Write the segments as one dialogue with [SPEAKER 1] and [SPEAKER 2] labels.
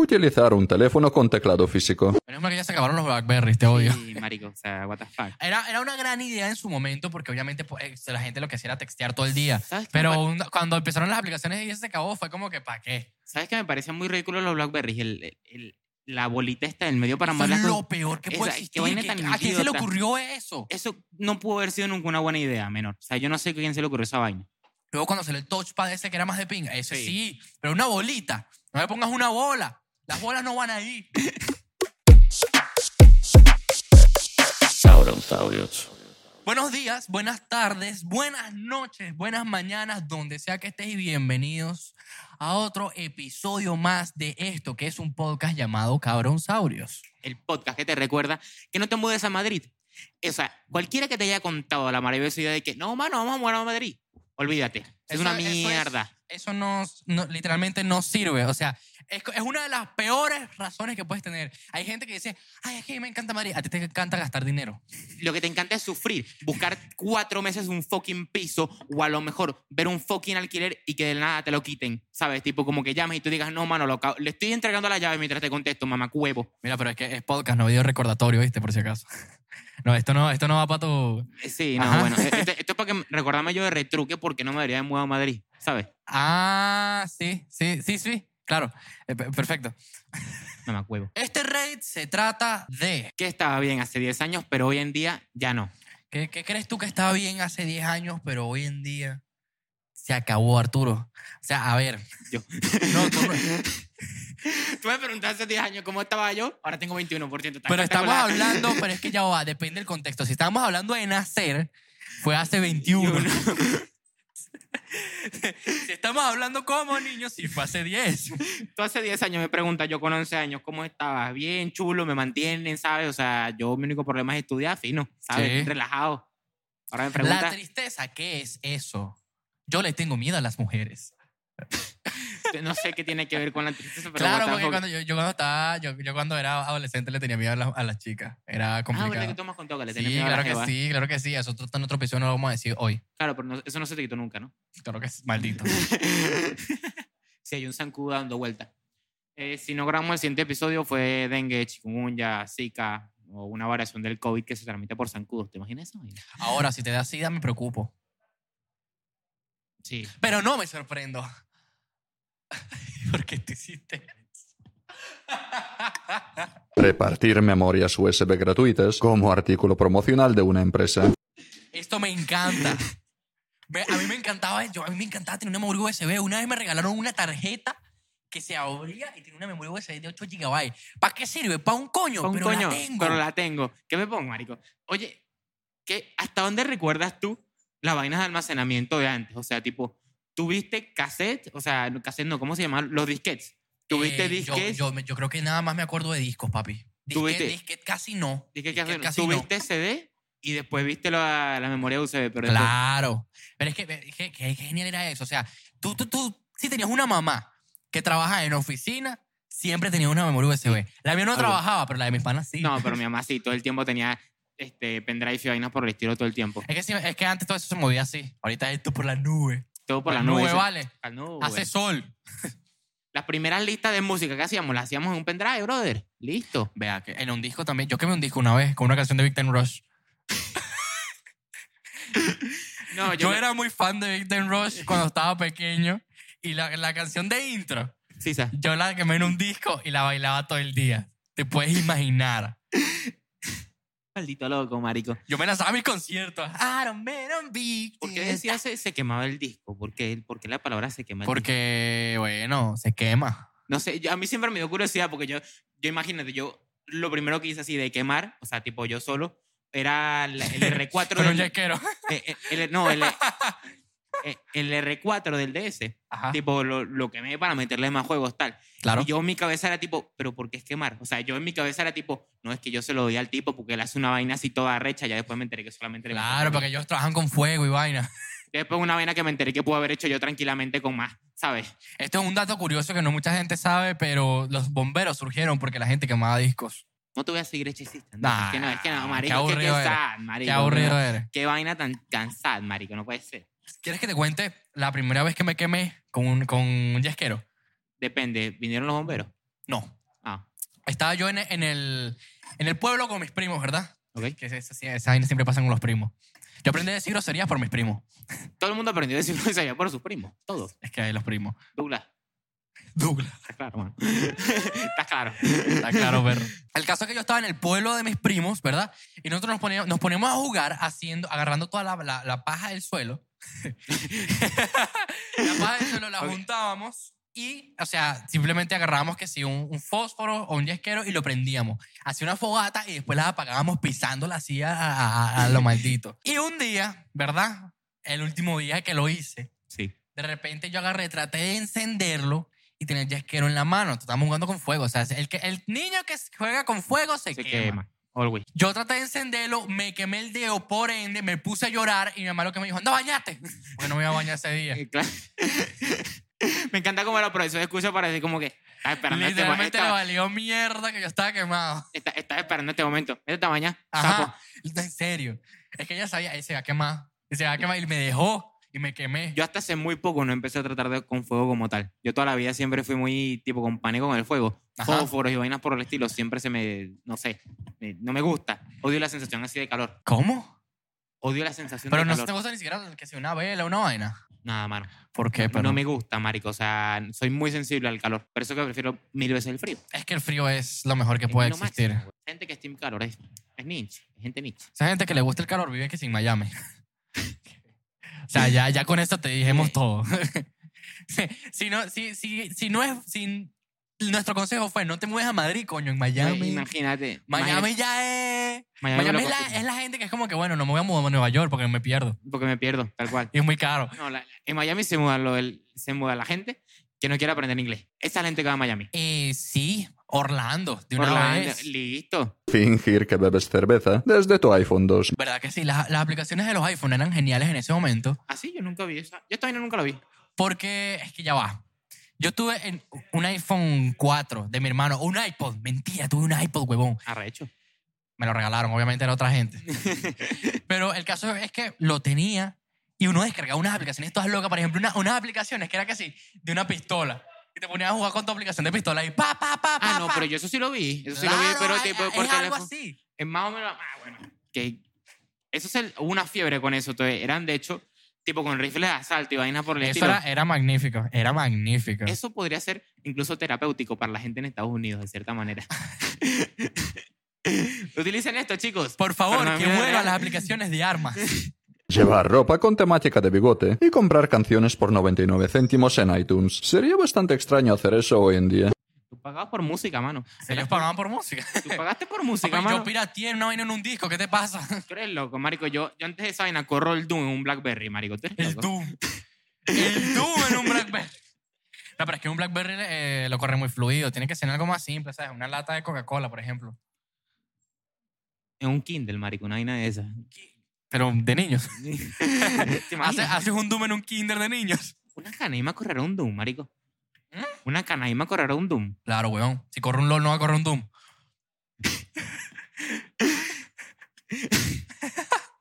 [SPEAKER 1] utilizar un teléfono con teclado físico.
[SPEAKER 2] Menos mal que ya se acabaron los Blackberries, te odio.
[SPEAKER 3] Sí, marico, o sea, what the fuck.
[SPEAKER 2] Era, era una gran idea en su momento porque obviamente pues, la gente lo que hacía era textear todo el día.
[SPEAKER 3] ¿Sabes qué me
[SPEAKER 2] Pero un- cuando empezaron las aplicaciones y eso se acabó, fue como que ¿para qué?
[SPEAKER 3] ¿Sabes qué me parecen muy ridículos los Blackberries? El, el- el- la bolita esta del medio para
[SPEAKER 2] Eso es
[SPEAKER 3] mover las cosas.
[SPEAKER 2] lo peor que
[SPEAKER 3] Esa-
[SPEAKER 2] puede
[SPEAKER 3] qué
[SPEAKER 2] existir.
[SPEAKER 3] vaina
[SPEAKER 2] ¿Qué-
[SPEAKER 3] tan
[SPEAKER 2] ¿A quién se le
[SPEAKER 3] idiota.
[SPEAKER 2] ocurrió eso?
[SPEAKER 3] Eso no pudo haber sido nunca una buena idea, menor. O sea, yo no sé a quién se le ocurrió esa vaina.
[SPEAKER 2] Luego cuando salió el touchpad ese que era más de pinga, ese sí.
[SPEAKER 3] Sí.
[SPEAKER 2] pero una bolita. No le pongas una bola. Las bolas no van ahí. Buenos días, buenas tardes, buenas noches, buenas mañanas, donde sea que estés y bienvenidos a otro episodio más de esto que es un podcast llamado Cabronsaurios.
[SPEAKER 3] El podcast que te recuerda que no te mudes a Madrid. O sea, cualquiera que te haya contado la maravillosa idea de que no, mano, vamos a mudar a Madrid. Olvídate. Es
[SPEAKER 2] Eso-
[SPEAKER 3] una
[SPEAKER 2] eso es-
[SPEAKER 3] mierda.
[SPEAKER 2] Eso no, no- literalmente no sirve. O sea, es, co- es una de las peores razones que puedes tener. Hay gente que dice, ay, es que me encanta Madrid. A ti te encanta gastar dinero.
[SPEAKER 3] Lo que te encanta es sufrir, buscar cuatro meses un fucking piso o a lo mejor ver un fucking alquiler y que de la nada te lo quiten, ¿sabes? Tipo como que llames y tú digas, no, mano, lo acabo- le estoy entregando la llave mientras te contesto, mamá huevo.
[SPEAKER 2] Mira, pero es que es podcast, no video recordatorio, ¿viste? Por si acaso. No, esto no, esto no va para tu...
[SPEAKER 3] Sí, no,
[SPEAKER 2] Ajá.
[SPEAKER 3] bueno, esto, esto es para que recordarme yo de retruque porque no me debería haber mudado a Madrid, ¿sabes?
[SPEAKER 2] Ah, sí, sí, sí, sí. Claro, Eh, pe- perfecto.
[SPEAKER 3] Mamá huevo.
[SPEAKER 2] Este raid se trata de...
[SPEAKER 3] Que estaba bien hace 10 años, pero hoy en día ya no.
[SPEAKER 2] ¿Qué, qué crees tú que estaba bien hace 10 años, pero hoy en día se acabó, Arturo? O sea, a ver.
[SPEAKER 3] Yo.
[SPEAKER 2] No, tú no-
[SPEAKER 3] Tú me preguntaste hace 10 años cómo estaba yo, ahora tengo 21%.
[SPEAKER 2] Pero estamos
[SPEAKER 3] espectacular.
[SPEAKER 2] hablando, pero es que ya va, depende del contexto. Si estamos hablando de nacer, fue hace 21. si estamos hablando como niños, sí fue hace 10.
[SPEAKER 3] Tú hace 10 años me preguntas, yo con 11 años, ¿cómo estabas? Bien, chulo, me mantienen, ¿sabes? O sea, yo mi único problema es estudiar, fino, ¿sabes?
[SPEAKER 2] Sí.
[SPEAKER 3] Relajado. Ahora me
[SPEAKER 2] La
[SPEAKER 3] preguntas,
[SPEAKER 2] tristeza, ¿qué es eso? Yo le tengo miedo a las mujeres.
[SPEAKER 3] no sé qué tiene que ver con la tristeza, pero
[SPEAKER 2] claro,
[SPEAKER 3] what the
[SPEAKER 2] porque
[SPEAKER 3] fuck.
[SPEAKER 2] cuando yo, yo cuando estaba, yo, yo cuando era adolescente le tenía miedo a las, a las chicas. Era
[SPEAKER 3] Ah, ¿verdad
[SPEAKER 2] complicado.
[SPEAKER 3] que tú me has contado que le tenés
[SPEAKER 2] sí,
[SPEAKER 3] miedo a la
[SPEAKER 2] claro que
[SPEAKER 3] jeva?
[SPEAKER 2] sí, claro que sí. Eso está en otro episodio, no lo vamos a decir hoy.
[SPEAKER 3] Claro, pero no- eso no se te quitó nunca, ¿no?
[SPEAKER 2] Claro que sí, maldito.
[SPEAKER 3] sí, hay un zancudo dando vuelta. Eh, si no grabamos el siguiente episodio fue dengue, chikungunya, zika o una variación del COVID que se transmite por zancudos. ¿Te imaginas eso?
[SPEAKER 2] Ahora, si te da sida, me preocupo.
[SPEAKER 3] Sí.
[SPEAKER 2] Pero no me sorprendo. Porque te hiciste.
[SPEAKER 1] Repartir memorias USB gratuitas como artículo promocional de una empresa.
[SPEAKER 2] Esto me encanta. Me- a mí me encantaba, yo, a mí me encantaba tener una memoria USB. Una vez me regalaron una tarjeta que se abría y tenía una memoria USB de 8 GB. ¿Para qué sirve? ¿Para un coño?
[SPEAKER 3] Pa' un
[SPEAKER 2] pero
[SPEAKER 3] coño,
[SPEAKER 2] la tengo.
[SPEAKER 3] pero la tengo. ¿Qué me pongo, marico? Oye, ¿qué, ¿hasta dónde recuerdas tú las vainas de almacenamiento de antes? O sea, tipo, ¿tuviste cassette? O sea, no, cassette no, ¿cómo se llamaban? Los disquetes. ¿Tuviste
[SPEAKER 2] Eh, yo,
[SPEAKER 3] disquetes?
[SPEAKER 2] yo, me- yo creo que nada más me acuerdo de discos, papi. Disquet,
[SPEAKER 3] ¿Tuviste?
[SPEAKER 2] disquet casi no. Disquet
[SPEAKER 3] Disquetes, cassette no.
[SPEAKER 2] casi no.
[SPEAKER 3] ¿Tuviste CD? Y después viste la, la memoria USB. Pero después-
[SPEAKER 2] Claro. Pero es que, es que- que genial era eso. O sea, tú, tú, tú, si tenías una mamá que trabajaba en oficina, siempre tenía una memoria USB. La mía no
[SPEAKER 3] Algo.
[SPEAKER 2] trabajaba, pero la de mis panas sí.
[SPEAKER 3] No, pero mi mamá sí, todo el tiempo tenía este, pendrive y vainas por el estilo todo el tiempo.
[SPEAKER 2] Es que, sí, es que antes todo eso se movía así. Ahorita esto por la nube.
[SPEAKER 3] Todo por la nube. dice.
[SPEAKER 2] vale.
[SPEAKER 3] La nube.
[SPEAKER 2] Hace sol.
[SPEAKER 3] Las primeras listas de música que hacíamos, las hacíamos en un pendrive, brother. Listo.
[SPEAKER 2] Vea, que en un disco también. Yo quemé un disco una vez con una canción de Big Ten Rush.
[SPEAKER 3] No,
[SPEAKER 2] Yo
[SPEAKER 3] me-
[SPEAKER 2] era muy fan de Big Ten Rush cuando estaba pequeño. Y la, la canción de intro,
[SPEAKER 3] Sí, sa-
[SPEAKER 2] yo la quemé en un disco y la bailaba todo el día. Te puedes imaginar.
[SPEAKER 3] Maldito loco, marico.
[SPEAKER 2] Yo me lanzaba a mis conciertos. I don't mean I'm big.
[SPEAKER 3] ¿Por qué decía se, se quemaba el disco? ¿Por qué, por qué la palabra se quema? el disco?
[SPEAKER 2] Porque, bueno, se quema.
[SPEAKER 3] No sé, yo- a mí siempre me dio curiosidad porque yo, yo imagínate, yo lo primero que hice así de quemar, o sea, tipo yo solo, era la- el R4
[SPEAKER 2] Con un
[SPEAKER 3] del...
[SPEAKER 2] yaquero.
[SPEAKER 3] eh, eh, el- no, el, eh, el R4 del DS.
[SPEAKER 2] Ajá.
[SPEAKER 3] Tipo, lo, lo quemé para meterle más juegos, tal.
[SPEAKER 2] Ah. Claro.
[SPEAKER 3] Y yo en mi cabeza era tipo, ¿pero por qué es quemar? O sea, yo en mi cabeza era tipo, no es que yo se lo doy al tipo porque él hace una vaina así toda recha, ya después me enteré que solamente le pasó a
[SPEAKER 2] Claro,
[SPEAKER 3] mí.
[SPEAKER 2] porque ellos trabajan con fuego y vaina.
[SPEAKER 3] Después una vaina que me enteré que pude haber hecho yo tranquilamente con más, ¿sabes?
[SPEAKER 2] Esto es un dato curioso que no mucha gente sabe, pero los bomberos surgieron porque la gente quemaba discos.
[SPEAKER 3] No te voy a seguir hechicista. No,
[SPEAKER 2] Nah,
[SPEAKER 3] es que no, es que
[SPEAKER 2] qué
[SPEAKER 3] no, marico. Qué,
[SPEAKER 2] aburrido eres.
[SPEAKER 3] sad, marico.
[SPEAKER 2] Qué aburrido eres.
[SPEAKER 3] Qué vaina tan, tan sad, marico. No puede ser.
[SPEAKER 2] ¿Quieres que te cuente la primera vez que me quemé con un, con un yesquero?
[SPEAKER 3] Depende. ¿Vinieron los bomberos?
[SPEAKER 2] No.
[SPEAKER 3] Ah,
[SPEAKER 2] Estaba yo en, en el, en el pueblo con mis primos, ¿verdad?
[SPEAKER 3] ok.
[SPEAKER 2] Que esa, esa- esa vaina siempre pasa con los primos. Yo aprendí a decir groserías por mis primos.
[SPEAKER 3] Todo el mundo aprendió a decir lo que sabía por sus primos. Todos.
[SPEAKER 2] Es que hay los primos.
[SPEAKER 3] Douglas,
[SPEAKER 2] Douglas.
[SPEAKER 3] estás claro, mano. estás claro.
[SPEAKER 2] Está claro, perro. El caso es que yo estaba en el pueblo de mis primos, ¿verdad? Y nosotros nos poníamos, nos ponemos a jugar haciendo, agarrando toda la, la- la paja del suelo. la paja del suelo la
[SPEAKER 3] Ok.
[SPEAKER 2] juntábamos y, o sea, simplemente agarrábamos que si un, un fósforo o un yesquero y lo prendíamos. Hacía una fogata y después la apagábamos pisándola así a, a- a lo maldito. Y un día, ¿verdad? El último día que lo hice,
[SPEAKER 3] Sí.
[SPEAKER 2] de repente yo agarré, traté de encenderlo y tenía el yesquero en la mano. Estamos jugando con fuego. O sea, el, que, el niño que juega con fuego se,
[SPEAKER 3] Se
[SPEAKER 2] quema.
[SPEAKER 3] quema. Always.
[SPEAKER 2] Yo traté de encenderlo, me quemé el dedo, por ende, me puse a llorar y mi mamá lo que me dijo, anda, bañate. Porque no me iba a bañar ese día.
[SPEAKER 3] Eh, claro. Me encanta cómo los profesores escuchan para decir como que estás esperando este momento.
[SPEAKER 2] Literalmente le
[SPEAKER 3] Estaba-
[SPEAKER 2] valió mierda que yo estaba quemado.
[SPEAKER 3] está- Estás esperando este momento. Vete a bañar, sapo.
[SPEAKER 2] Ajá. En serio. Es que ella sabía, él se va a quemar. Él se va a quemar y me dejó y me quemé.
[SPEAKER 3] Yo hasta hace muy poco no empecé a tratar de, con fuego como tal. Yo toda la vida siempre fui muy tipo con pánico con el fuego.
[SPEAKER 2] Ajá.
[SPEAKER 3] Fósforos y vainas por el estilo. Siempre se me, no sé, me- no me gusta. Odio la sensación así de calor.
[SPEAKER 2] ¿Cómo?
[SPEAKER 3] Odio la sensación
[SPEAKER 2] Pero
[SPEAKER 3] de
[SPEAKER 2] no
[SPEAKER 3] calor.
[SPEAKER 2] te gusta ni siquiera que sea una vela, una vaina.
[SPEAKER 3] Nada, mano.
[SPEAKER 2] ¿Por qué?
[SPEAKER 3] No me gusta, marico. O sea, soy muy sensible al calor. Por eso que prefiero mil veces el frío.
[SPEAKER 2] Es que el frío es lo mejor que
[SPEAKER 3] Es
[SPEAKER 2] puede
[SPEAKER 3] lo máximo,
[SPEAKER 2] existir.
[SPEAKER 3] güey. gente que es team calor es, es niche. Es gente niche.
[SPEAKER 2] Esa gente que le gusta el calor vive que sin Miami. o sea, ya, ya con esto te dijimos todo. si, no, si, si, si no es... Si, nuestro consejo fue, no te mueves a Madrid, coño, en
[SPEAKER 3] Güey,
[SPEAKER 2] Miami.
[SPEAKER 3] Imagínate.
[SPEAKER 2] Miami ya es...
[SPEAKER 3] Miami,
[SPEAKER 2] Miami
[SPEAKER 3] me
[SPEAKER 2] es
[SPEAKER 3] lo
[SPEAKER 2] la,
[SPEAKER 3] copio.
[SPEAKER 2] es la gente que es como que, bueno, no me voy a mudar a Nueva York porque me pierdo.
[SPEAKER 3] Porque me pierdo, tal cual.
[SPEAKER 2] Y es muy caro.
[SPEAKER 3] No, la- en Miami se muda, lo del- se muda la gente que no quiere aprender inglés. Esa es la gente que va a Miami.
[SPEAKER 2] Eh, sí, Orlando, de una
[SPEAKER 3] Orlando,
[SPEAKER 2] vez.
[SPEAKER 3] Listo.
[SPEAKER 1] Fingir que bebes cerveza desde tu iPhone 2.
[SPEAKER 2] ¿Verdad que sí? Las, las aplicaciones de los iPhone eran geniales en ese momento.
[SPEAKER 3] Así Ah, yo nunca vi esa. Yo también nunca la vi.
[SPEAKER 2] Porque es que ya va. Yo tuve en- un iPhone 4 de mi hermano, un iPod, mentira, tuve un iPod, huevón.
[SPEAKER 3] Arrecho.
[SPEAKER 2] Me lo regalaron, obviamente era otra gente. Pero el caso es que lo tenía y uno descargaba unas aplicaciones todas locas, por ejemplo, una- unas aplicaciones que era casi de una pistola. Y te ponías a jugar con tu aplicación de pistola y pa, pa, pa, pa.
[SPEAKER 3] Ah, no,
[SPEAKER 2] pa.
[SPEAKER 3] pero yo eso sí lo vi. Eso sí lo vi,
[SPEAKER 2] Claro,
[SPEAKER 3] pero
[SPEAKER 2] hay-
[SPEAKER 3] tipo
[SPEAKER 2] hay-
[SPEAKER 3] por
[SPEAKER 2] es algo
[SPEAKER 3] teléfono.
[SPEAKER 2] así.
[SPEAKER 3] Es más o menos. Ah, bueno. Que eso es el- hubo una fiebre con eso. entonces, eran, de hecho, tipo con rifles de asalto y vainas por el
[SPEAKER 2] Eso
[SPEAKER 3] estilo.
[SPEAKER 2] era, era magnífico, era magnífico.
[SPEAKER 3] Eso podría ser incluso terapéutico para la gente en Estados Unidos, de cierta manera. Utilicen esto, chicos.
[SPEAKER 2] Por favor,
[SPEAKER 3] Pero no,
[SPEAKER 2] que
[SPEAKER 3] mira,
[SPEAKER 2] vuelvan
[SPEAKER 3] mira.
[SPEAKER 2] las aplicaciones de armas.
[SPEAKER 1] Llevar ropa con temática de bigote y comprar canciones por 99 céntimos en iTunes. Sería bastante extraño hacer eso hoy en día.
[SPEAKER 3] Tú pagabas por música, mano.
[SPEAKER 2] Ellos pagaban por música.
[SPEAKER 3] Tú pagaste por música,
[SPEAKER 2] Papi, yo
[SPEAKER 3] mano.
[SPEAKER 2] pirateé una vaina en un disco, ¿qué te pasa?
[SPEAKER 3] Tú eres loco, marico. Yo, yo antes de esa vaina corro el Doom en un Blackberry, marico. Tú eres
[SPEAKER 2] El
[SPEAKER 3] loco.
[SPEAKER 2] Doom. El Doom en un Blackberry. No, pero es que un Blackberry eh, lo corre muy fluido. Tiene que ser algo más simple, ¿sabes? Una lata de Coca-Cola, por ejemplo.
[SPEAKER 3] En un Kindle, marico. Una vaina de esas.
[SPEAKER 2] Pero de niños.
[SPEAKER 3] ¿Te
[SPEAKER 2] Haces,
[SPEAKER 3] imaginas?
[SPEAKER 2] haces un Doom en un Kinder de niños.
[SPEAKER 3] Una canaima correrá un Doom, marico.
[SPEAKER 2] ¿Mm?
[SPEAKER 3] Una canaima correrá un Doom.
[SPEAKER 2] Claro, weón. Si corre un LOL, no va a correr un Doom.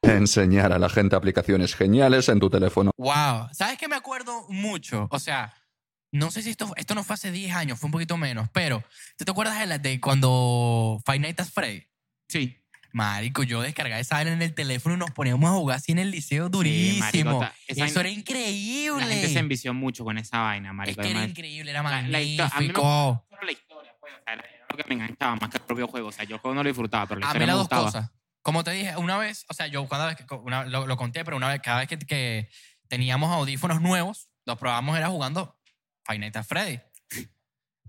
[SPEAKER 1] Enseñar a la gente aplicaciones geniales en tu teléfono.
[SPEAKER 2] Wow. ¿Sabes qué me acuerdo mucho? O sea, no sé si esto, esto no fue hace 10 años, fue un poquito menos, pero ¿tú te acuerdas de, la, de cuando Five Nights at Freddy?
[SPEAKER 3] Sí.
[SPEAKER 2] Marico, yo descargaba esa vaina en el teléfono y nos poníamos a jugar así en el liceo durísimo.
[SPEAKER 3] marico, ta- esa
[SPEAKER 2] Eso era
[SPEAKER 3] vaina-
[SPEAKER 2] increíble.
[SPEAKER 3] La gente se envició mucho con esa vaina,
[SPEAKER 2] es
[SPEAKER 3] marico.
[SPEAKER 2] que era
[SPEAKER 3] además.
[SPEAKER 2] increíble, era
[SPEAKER 3] La- la histo- a mí me-
[SPEAKER 2] magnífico.
[SPEAKER 3] Pero la historia, pues, o sea, era lo que me enganchaba más que el propio juego. O sea, yo el juego no lo disfrutaba, pero la
[SPEAKER 2] A
[SPEAKER 3] historia
[SPEAKER 2] mí las
[SPEAKER 3] me
[SPEAKER 2] dos
[SPEAKER 3] gustaba.
[SPEAKER 2] cosas. Como te dije, una vez, o sea, yo cada vez que, una- lo, lo conté, pero una vez, cada vez que, que teníamos audífonos nuevos, los probábamos era jugando Five Nights at Freddy.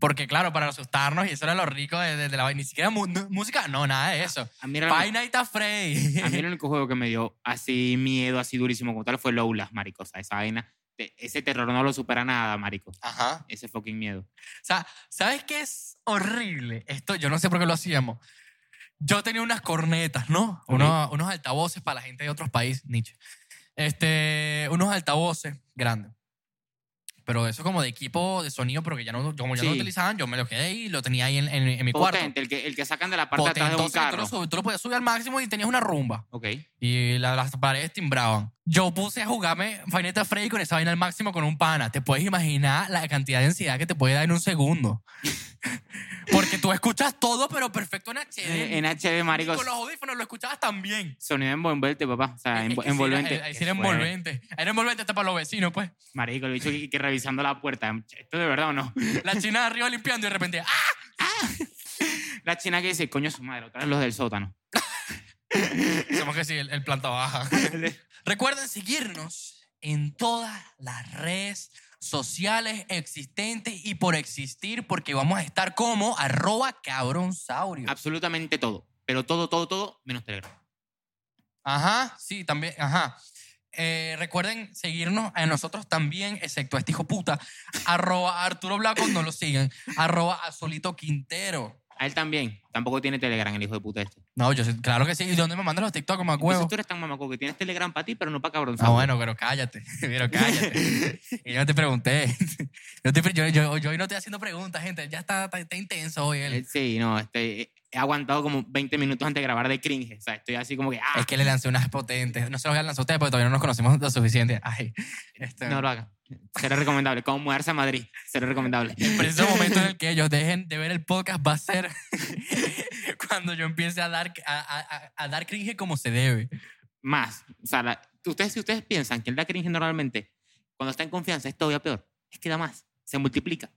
[SPEAKER 2] Porque claro, para asustarnos, y eso era lo rico de, de- de la vaina, ni siquiera mu- no- música, no, nada de eso.
[SPEAKER 3] A mí, era
[SPEAKER 2] Five Nights at Freddy.
[SPEAKER 3] a mí el único juego que me dio así miedo, así durísimo como tal, fue Lowlas, marico. O sea, esa vaina, te- ese terror no lo supera nada, marico.
[SPEAKER 2] Ajá.
[SPEAKER 3] Ese fucking miedo.
[SPEAKER 2] O sea, ¿sabes qué es horrible? Esto, yo no sé por qué lo hacíamos. Yo tenía unas cornetas, ¿no?
[SPEAKER 3] Ok.
[SPEAKER 2] Unos, unos altavoces para la gente de otros países, Nietzsche. Este, unos altavoces grandes. Pero eso como de equipo de sonido, pero que ya no, como ya no
[SPEAKER 3] Sí.
[SPEAKER 2] lo utilizaban, yo me lo quedé y lo tenía ahí en, en- en mi cuarto.
[SPEAKER 3] Potente, el que, el que sacan de la parte de
[SPEAKER 2] Potente.
[SPEAKER 3] atrás de un
[SPEAKER 2] Entonces, tú
[SPEAKER 3] carro.
[SPEAKER 2] lo, sub- tú lo podías subir al máximo y tenías una rumba.
[SPEAKER 3] Ok.
[SPEAKER 2] Y la- las paredes timbraban. Yo puse a jugarme Final Freddy con esa vaina al máximo con un pana. Te puedes imaginar la cantidad de ansiedad que te puede dar en un segundo. Porque tú escuchas todo, pero perfecto en HD.
[SPEAKER 3] Eh, En HD,
[SPEAKER 2] Y
[SPEAKER 3] marico,
[SPEAKER 2] con los audífonos lo escuchabas también.
[SPEAKER 3] sonido envolvente, papá. O sea,
[SPEAKER 2] Es que
[SPEAKER 3] envo-
[SPEAKER 2] sí,
[SPEAKER 3] Ah, envolvente.
[SPEAKER 2] era- Ahí sí era
[SPEAKER 3] Eso fue-
[SPEAKER 2] envolvente. Era envolvente hasta para los vecinos, pues.
[SPEAKER 3] Marico, el bicho que, que revisando la puerta. ¿Esto de verdad o no?
[SPEAKER 2] La china de arriba limpiando y de repente, ¡ah!
[SPEAKER 3] La china que dice, coño, su madre, otra vez los del sótano.
[SPEAKER 2] Sabemos que sí, el, el planta baja. Recuerden seguirnos en todas las redes sociales existentes y por existir, porque vamos a estar como arroba cabroncaurio.
[SPEAKER 3] Absolutamente todo. Pero todo, todo, todo, menos Telegram.
[SPEAKER 2] Ajá, sí, también, ajá. Eh, recuerden seguirnos a nosotros también, excepto a este hijo puta, arroba Arturo Blanco, no lo sigan, arroba a Solito Quintero.
[SPEAKER 3] A él también. Tampoco tiene Telegram, el hijo de puta este.
[SPEAKER 2] No, yo sí, claro que sí. ¿Y dónde me mandan los TikTok, como
[SPEAKER 3] Entonces
[SPEAKER 2] huevo?
[SPEAKER 3] tú eres tan mamaco que tienes Telegram para ti, pero no para cabrón.
[SPEAKER 2] Ah, bueno, pero cállate, pero cállate. Y yo no te pregunté. Yo, te pre- yo, yo- yo hoy no estoy haciendo preguntas, gente. Ya está, está, está intenso hoy. él.
[SPEAKER 3] Eh, Sí, no, este, eh, he aguantado como 20 minutos antes de grabar de cringe. O sea, estoy así como que, ah,
[SPEAKER 2] Es que le lancé unas potentes. No se los voy a lanzar a ustedes porque todavía no nos conocemos lo suficiente. Ay, este,
[SPEAKER 3] no lo haga. Será recomendable. Como mudarse a Madrid. Será recomendable.
[SPEAKER 2] El preciso momento en el que ellos dejen de ver el podcast va a ser cuando yo empiece a dar, a, a- a- a dar cringe como se debe.
[SPEAKER 3] Más. O sea, la- ustedes, si ustedes piensan que él da cringe normalmente, cuando está en confianza es todavía peor. Es que da más. Se multiplica.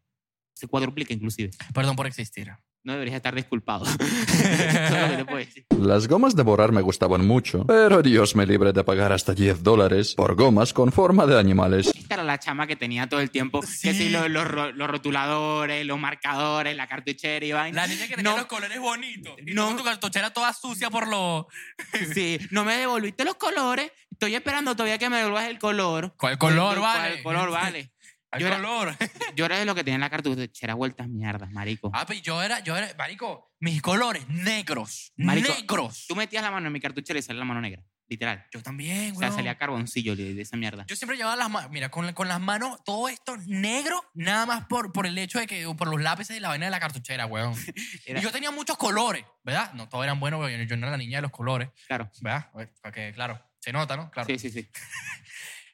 [SPEAKER 3] Se cuadruplica inclusive.
[SPEAKER 2] Perdón por existir.
[SPEAKER 3] No deberías estar disculpado. Todo lo que te puedo decir.
[SPEAKER 1] Las gomas de borrar me gustaban mucho, pero Dios me libre de pagar hasta 10 dólares por gomas con forma de animales.
[SPEAKER 3] Esta era la chama que tenía todo el tiempo. Que
[SPEAKER 2] Sí.
[SPEAKER 3] sí, los, los ro- los rotuladores, los marcadores, la cartuchera y vaina.
[SPEAKER 2] La niña que tenía
[SPEAKER 3] No.
[SPEAKER 2] los colores bonitos. Y
[SPEAKER 3] No.
[SPEAKER 2] no. tu cartuchera toda sucia por lo...
[SPEAKER 3] Sí, no me devolviste los colores. Estoy esperando todavía que me devuelvas el color.
[SPEAKER 2] ¿Cuál color
[SPEAKER 3] ¿Cuál
[SPEAKER 2] vale?
[SPEAKER 3] color vale?
[SPEAKER 2] ¿Cuál
[SPEAKER 3] Yo era-
[SPEAKER 2] color?
[SPEAKER 3] Yo era de lo que tenía en la cartuchera vueltas mierdas, marico.
[SPEAKER 2] Ah, pero yo era, yo era, marico, mis colores negros,
[SPEAKER 3] Marico,
[SPEAKER 2] negros.
[SPEAKER 3] Tú metías la mano en mi cartuchera y salía la mano negra, literal.
[SPEAKER 2] Yo también,
[SPEAKER 3] O
[SPEAKER 2] güey.
[SPEAKER 3] sea, salía carboncillo de de esa mierda.
[SPEAKER 2] Yo siempre llevaba las manos, mira, con, la- con las manos, todo esto negro, nada más por, por el hecho de que, por los lápices y la vaina de la cartuchera, weón.
[SPEAKER 3] Era-
[SPEAKER 2] Y yo tenía muchos colores, ¿verdad? No todos eran buenos, weón. Yo, yo no era la niña de los colores,
[SPEAKER 3] Claro.
[SPEAKER 2] ¿verdad? Oye, Para que, claro, se nota, ¿no? Claro.
[SPEAKER 3] Sí, sí, sí.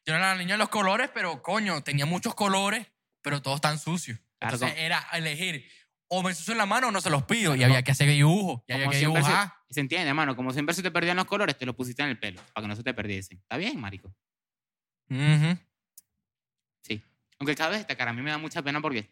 [SPEAKER 2] Yo no era la niña de los colores, pero coño, tenía muchos colores, pero todos tan sucios.
[SPEAKER 3] Claro,
[SPEAKER 2] Entonces
[SPEAKER 3] como-
[SPEAKER 2] era elegir, o me sucio en la mano o no se los pido. Y había que hacer dibujo, y había
[SPEAKER 3] Como
[SPEAKER 2] que
[SPEAKER 3] siempre se-
[SPEAKER 2] dibujar.
[SPEAKER 3] Se entiende, hermano. Como siempre se te perdían los colores, te los pusiste en el pelo para que no se te perdiesen. Está bien, marico.
[SPEAKER 2] Ujú.
[SPEAKER 3] Aunque cabe destacar, a mí me da mucha pena porque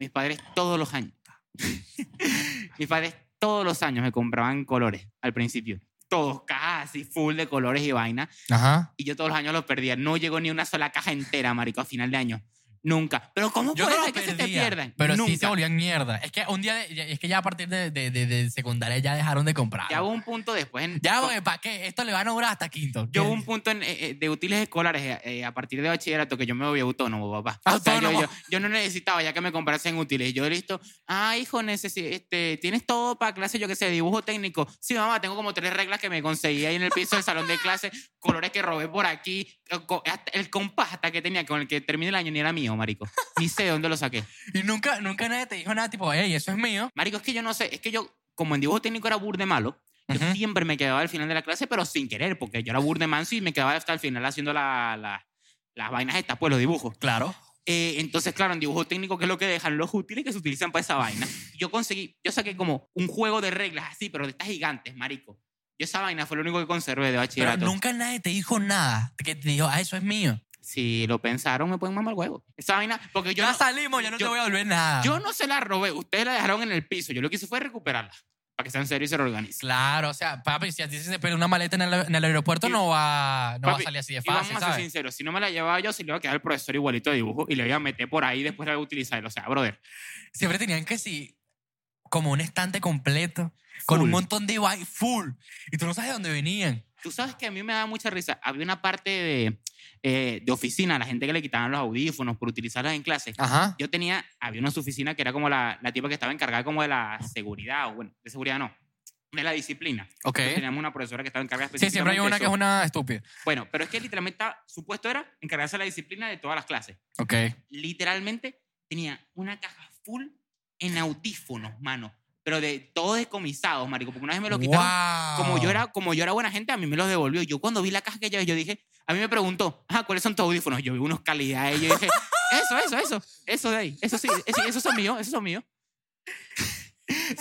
[SPEAKER 3] mis padres todos los años, mis padres todos los años me compraban colores al principio. Todos, cajas así, full de colores y vaina.
[SPEAKER 2] Ajá.
[SPEAKER 3] Y yo todos los años los perdía. No llegó ni una sola caja entera, marico, a final de año. Nunca. Pero ¿cómo
[SPEAKER 2] Yo
[SPEAKER 3] puede
[SPEAKER 2] no
[SPEAKER 3] ser
[SPEAKER 2] los
[SPEAKER 3] que
[SPEAKER 2] perdía,
[SPEAKER 3] se te pierdan?
[SPEAKER 2] pero
[SPEAKER 3] Nunca.
[SPEAKER 2] sí se volvían mierda. Es que un día, de- ya- es que ya a partir de, de- de- de secundaria ya dejaron de comprar.
[SPEAKER 3] Ya hubo un punto después. En,
[SPEAKER 2] Ya, güey, ¿para qué? Esto le van a durar hasta quinto.
[SPEAKER 3] yo hubo un punto en, eh, eh, de útiles escolares eh, eh, a partir de bachillerato que yo me volví autónomo, papá. yo-
[SPEAKER 2] Autónomo.
[SPEAKER 3] yo, yo no necesitaba ya que me comprasen útiles. Yo listo, ah, hijo, necesi este, ¿tienes todo para clase? Yo qué sé, dibujo técnico. Sí, mamá, tengo como tres reglas que me conseguí ahí en el piso del salón de clase, colores que robé por aquí, eh, co- hasta- el compás hasta que tenía con el que terminé el año ni era mío, marico. Ni sé de dónde lo saqué.
[SPEAKER 2] Y nunca, nunca nadie te dijo nada tipo, hey, eso es mío.
[SPEAKER 3] Marico, es que yo no sé, es que yo, como en dibujo técnico era burde malo, yo
[SPEAKER 2] Ujú.
[SPEAKER 3] siempre me quedaba al final de la clase, pero sin querer, porque yo era burde manso y me quedaba hasta el final haciendo la- la- las vainas estas, pues los dibujos.
[SPEAKER 2] Claro.
[SPEAKER 3] Eh, entonces, claro, en dibujo técnico, que es lo que dejan los útiles que se utilizan para esa vaina? Yo conseguí, yo saqué como un juego de reglas así, pero de estas gigantes, marico. Yo esa vaina fue lo único que conservé de
[SPEAKER 2] Pero
[SPEAKER 3] bachillerato.
[SPEAKER 2] nunca nadie te dijo nada que te dijo, ah, eso es mío.
[SPEAKER 3] Si lo pensaron, me pueden mamar huevo. Esa vaina, porque yo
[SPEAKER 2] ya
[SPEAKER 3] no-
[SPEAKER 2] salimos, ya no
[SPEAKER 3] yo-
[SPEAKER 2] te voy a volver nada.
[SPEAKER 3] yo no se la robé, ustedes la dejaron en el piso. Yo lo que hice fue recuperarla, para que sean serios y se reorganicen.
[SPEAKER 2] Claro, o sea, papi, si a ti se te pierde una maleta en el, en el aeropuerto,
[SPEAKER 3] Y-
[SPEAKER 2] no, va, no va
[SPEAKER 3] Papi,
[SPEAKER 2] a salir así de
[SPEAKER 3] Y vamos
[SPEAKER 2] fácil,
[SPEAKER 3] a ser
[SPEAKER 2] ¿sabes?
[SPEAKER 3] sinceros, si no me la llevaba yo, se le iba a quedar el profesor igualito de dibujo y le iba a meter por ahí y después la iba a utilizar. O sea, brother.
[SPEAKER 2] Siempre tenían que sí, como un estante completo, con
[SPEAKER 3] full.
[SPEAKER 2] un montón de vaina full. Y tú no sabes de dónde venían.
[SPEAKER 3] Tú sabes que a mí me da mucha risa. Había una parte de, eh, de oficina, la gente que le quitaban los audífonos por utilizarlos en clase.
[SPEAKER 2] Ajá.
[SPEAKER 3] Yo tenía, había una oficina que era como la, la tipa que estaba encargada como de la seguridad, o bueno, de seguridad no, de la disciplina.
[SPEAKER 2] Ok.
[SPEAKER 3] Entonces, Teníamos una profesora que estaba encargada
[SPEAKER 2] Sí, siempre hay
[SPEAKER 3] específicamente
[SPEAKER 2] una
[SPEAKER 3] de
[SPEAKER 2] que es
[SPEAKER 3] eso.
[SPEAKER 2] una estúpida.
[SPEAKER 3] Bueno, pero es que literalmente estaba- su puesto era encargarse de la disciplina de todas las clases.
[SPEAKER 2] Ok.
[SPEAKER 3] Literalmente tenía una caja full en audífonos, mano. Pero de todos descomisados, marico. Porque una vez me lo quitaron. Como yo, era, como yo era buena gente, a mí me los devolvió. Yo cuando vi la caja que ella yo dije, a mí me preguntó, ah, ¿cuáles son tus audífonos? Yo vi unos calidades. Yo dije, eso, eso, eso, eso de ahí. Eso sí, eso- esos son míos, esos son míos.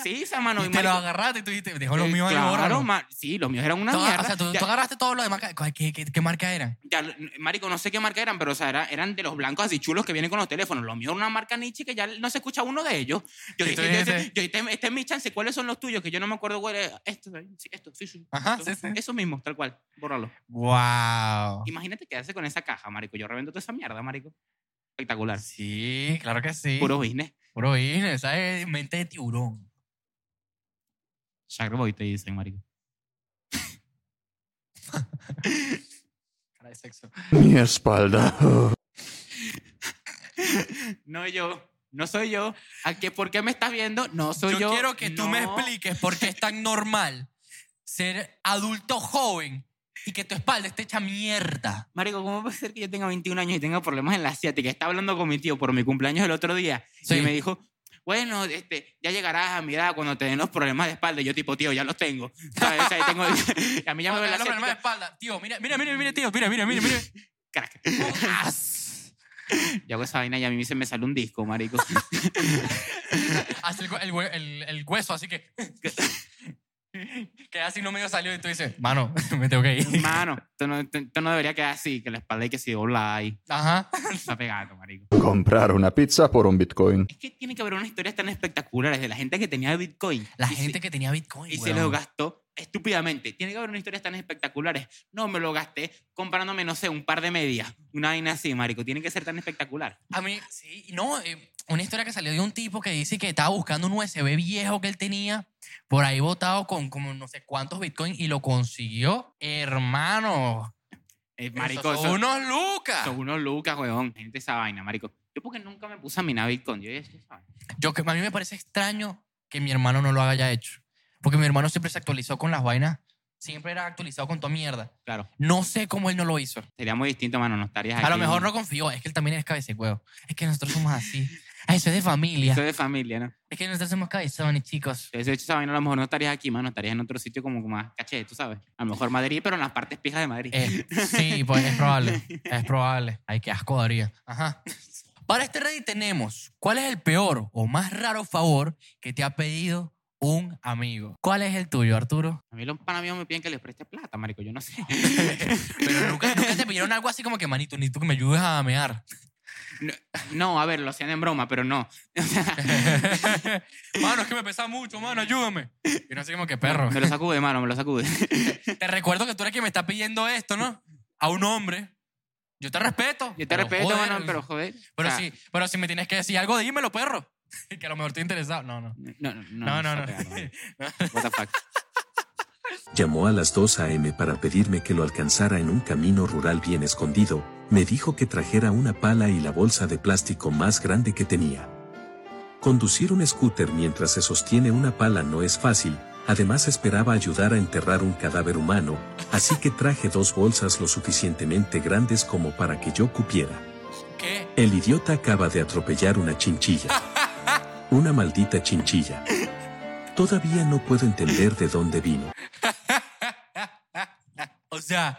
[SPEAKER 3] sí, esa mano.
[SPEAKER 2] Y
[SPEAKER 3] y
[SPEAKER 2] te lo
[SPEAKER 3] marico,
[SPEAKER 2] agarraste y tú dijiste, dejo los
[SPEAKER 3] eh,
[SPEAKER 2] míos ahí,
[SPEAKER 3] claro,
[SPEAKER 2] bórralo.
[SPEAKER 3] ma- Sí, los míos eran una
[SPEAKER 2] Tú-
[SPEAKER 3] mierda.
[SPEAKER 2] O sea, tú,
[SPEAKER 3] Ya-
[SPEAKER 2] tú agarraste todo lo demás. ¿Qué, qué, qué marca eran?
[SPEAKER 3] ya, marico, no sé qué marca eran, pero o sea, era- eran de los blancos así chulos que vienen con los teléfonos. Los míos eran una marca Nietzsche que ya no se escucha uno de ellos. Yo
[SPEAKER 2] Y
[SPEAKER 3] dije,
[SPEAKER 2] tú
[SPEAKER 3] yo
[SPEAKER 2] dijiste-
[SPEAKER 3] dije, yo, este, este es mi chance, ¿cuáles son los tuyos? Que yo no me acuerdo cuál es. Esto, sí, esto, sí, sí.
[SPEAKER 2] Ajá,
[SPEAKER 3] esto,
[SPEAKER 2] Ah, sí, Ah. sí.
[SPEAKER 3] Eso mismo, tal cual, bórralo.
[SPEAKER 2] Wow.
[SPEAKER 3] Imagínate quedarse con esa caja, marico. Yo revendo toda esa mierda, marico. Espectacular.
[SPEAKER 2] Sí, claro que sí.
[SPEAKER 3] Puro business.
[SPEAKER 2] Puro business, ¿sabes? Mente de tiburón.
[SPEAKER 3] Sharkboy te dicen, marico.
[SPEAKER 2] Cara de sexo.
[SPEAKER 1] Mi espalda.
[SPEAKER 3] No yo. No soy yo. ¿A qué, ¿Por qué me estás viendo? No soy
[SPEAKER 2] Yo,
[SPEAKER 3] yo.
[SPEAKER 2] quiero que tú me
[SPEAKER 3] No.
[SPEAKER 2] expliques por qué es tan normal ser adulto joven y que tu espalda esté hecha mierda.
[SPEAKER 3] Marico, ¿cómo puede ser que yo tenga 21 años y tenga problemas en la asiática? Estaba hablando con mi tío por mi cumpleaños el otro día
[SPEAKER 2] Sí.
[SPEAKER 3] y me dijo, bueno, este, ya llegarás a mi edad cuando te den los problemas de espalda. Y yo tipo, tío, ya los tengo. ¿Sabes? O sea, tengo- a mí ya me duele la
[SPEAKER 2] Los problemas de
[SPEAKER 3] asiática.
[SPEAKER 2] espalda. Tío, mira, mira, mira, mira, tío, mira, mira, mira, mira.
[SPEAKER 3] Crack.
[SPEAKER 2] As.
[SPEAKER 3] Yo hago esa vaina y a mí se me sale un disco, marico.
[SPEAKER 2] Hace el, hue- el hue- el- el hueso, así que. Queda así no medio salió y tú dices, mano, me tengo que ir.
[SPEAKER 3] Mano, esto no, esto no debería quedar así, que la espalda hay que se dobla ahí.
[SPEAKER 2] Ajá.
[SPEAKER 3] Está pegado, marico.
[SPEAKER 1] Comprar una pizza por un Bitcoin.
[SPEAKER 3] Es que tiene que haber unas historias tan espectaculares de la gente que tenía Bitcoin.
[SPEAKER 2] La
[SPEAKER 3] y
[SPEAKER 2] gente
[SPEAKER 3] se,
[SPEAKER 2] que tenía Bitcoin.
[SPEAKER 3] Y se
[SPEAKER 2] weón.
[SPEAKER 3] lo gastó estúpidamente. Tiene que haber unas historias tan espectaculares. No me lo gasté comprándome, no sé, un par de medias. Una vaina así, marico. Tiene que ser tan espectacular.
[SPEAKER 2] A mí, sí, no, eh, una historia que salió de un tipo que dice que estaba buscando un USB viejo que él tenía por ahí botado con como no sé cuántos bitcoins y lo consiguió. Hermano,
[SPEAKER 3] Eh, marico,
[SPEAKER 2] marico,
[SPEAKER 3] son-
[SPEAKER 2] son unos lucas.
[SPEAKER 3] son unos lucas, weón. Gente, esa vaina, marico. Yo porque nunca me puse a minar Bitcoin. Yo dije, esa vaina.
[SPEAKER 2] Yo que a mí me parece extraño que mi hermano no lo haya hecho, porque mi hermano siempre se actualizó con las vainas, siempre era actualizado con toda mierda.
[SPEAKER 3] Claro,
[SPEAKER 2] No sé cómo él no lo hizo.
[SPEAKER 3] sería muy distinto, mano. No estarías
[SPEAKER 2] A lo
[SPEAKER 3] aquí.
[SPEAKER 2] mejor no confió, es que él también es huevo. Es que nosotros somos así. Ah, Eso es de familia.
[SPEAKER 3] Eso es de familia, ¿no?
[SPEAKER 2] Es que nosotros somos cabezones, chicos.
[SPEAKER 3] Si hubiese hecho esa vaina, a lo mejor no estarías aquí, mano. Estarías en otro sitio como más caché, tú sabes. A lo mejor Madrid, pero en las partes pijas de Madrid.
[SPEAKER 2] Eh, sí, pues es probable. Es probable. Ay, qué asco daría. Ajá. Para este Reddit tenemos, ¿cuál es el peor o más raro favor que te ha pedido un amigo? ¿Cuál es el tuyo, Arturo?
[SPEAKER 3] A mí los panas míos me piden que les preste plata, marico. Yo no sé.
[SPEAKER 2] Pero nunca, nunca te pidieron algo así como que, manito, ni tú que me ayudes a mear.
[SPEAKER 3] No, a ver, lo hacían en broma, pero no.
[SPEAKER 2] mano, es que me pesa mucho, mano, ayúdame. Y no sé como que perro.
[SPEAKER 3] Me lo sacude, mano, me lo sacude.
[SPEAKER 2] Te recuerdo que tú eres quien me está pidiendo esto, ¿no? A un hombre. Yo te respeto.
[SPEAKER 3] Yo te
[SPEAKER 2] pero
[SPEAKER 3] respeto,
[SPEAKER 2] joder,
[SPEAKER 3] mano, pero joder.
[SPEAKER 2] Pero,
[SPEAKER 3] o sea,
[SPEAKER 2] sí, pero si me tienes que decir algo, dímelo, perro. que a lo mejor estoy interesado. No, no.
[SPEAKER 3] No, no, no.
[SPEAKER 2] No, no, no.
[SPEAKER 3] está pegado, marico. What the fuck.
[SPEAKER 4] Llamó a las 2 a.m. para pedirme que lo alcanzara en un camino rural bien escondido, me dijo que trajera una pala y la bolsa de plástico más grande que tenía. Conducir un scooter mientras se sostiene una pala no es fácil, además esperaba ayudar a enterrar un cadáver humano, así que traje dos bolsas lo suficientemente grandes como para que yo cupiera.
[SPEAKER 2] ¿Qué?
[SPEAKER 4] El idiota acaba de atropellar una chinchilla. Una maldita chinchilla. Todavía no puedo entender de dónde vino.
[SPEAKER 2] O sea,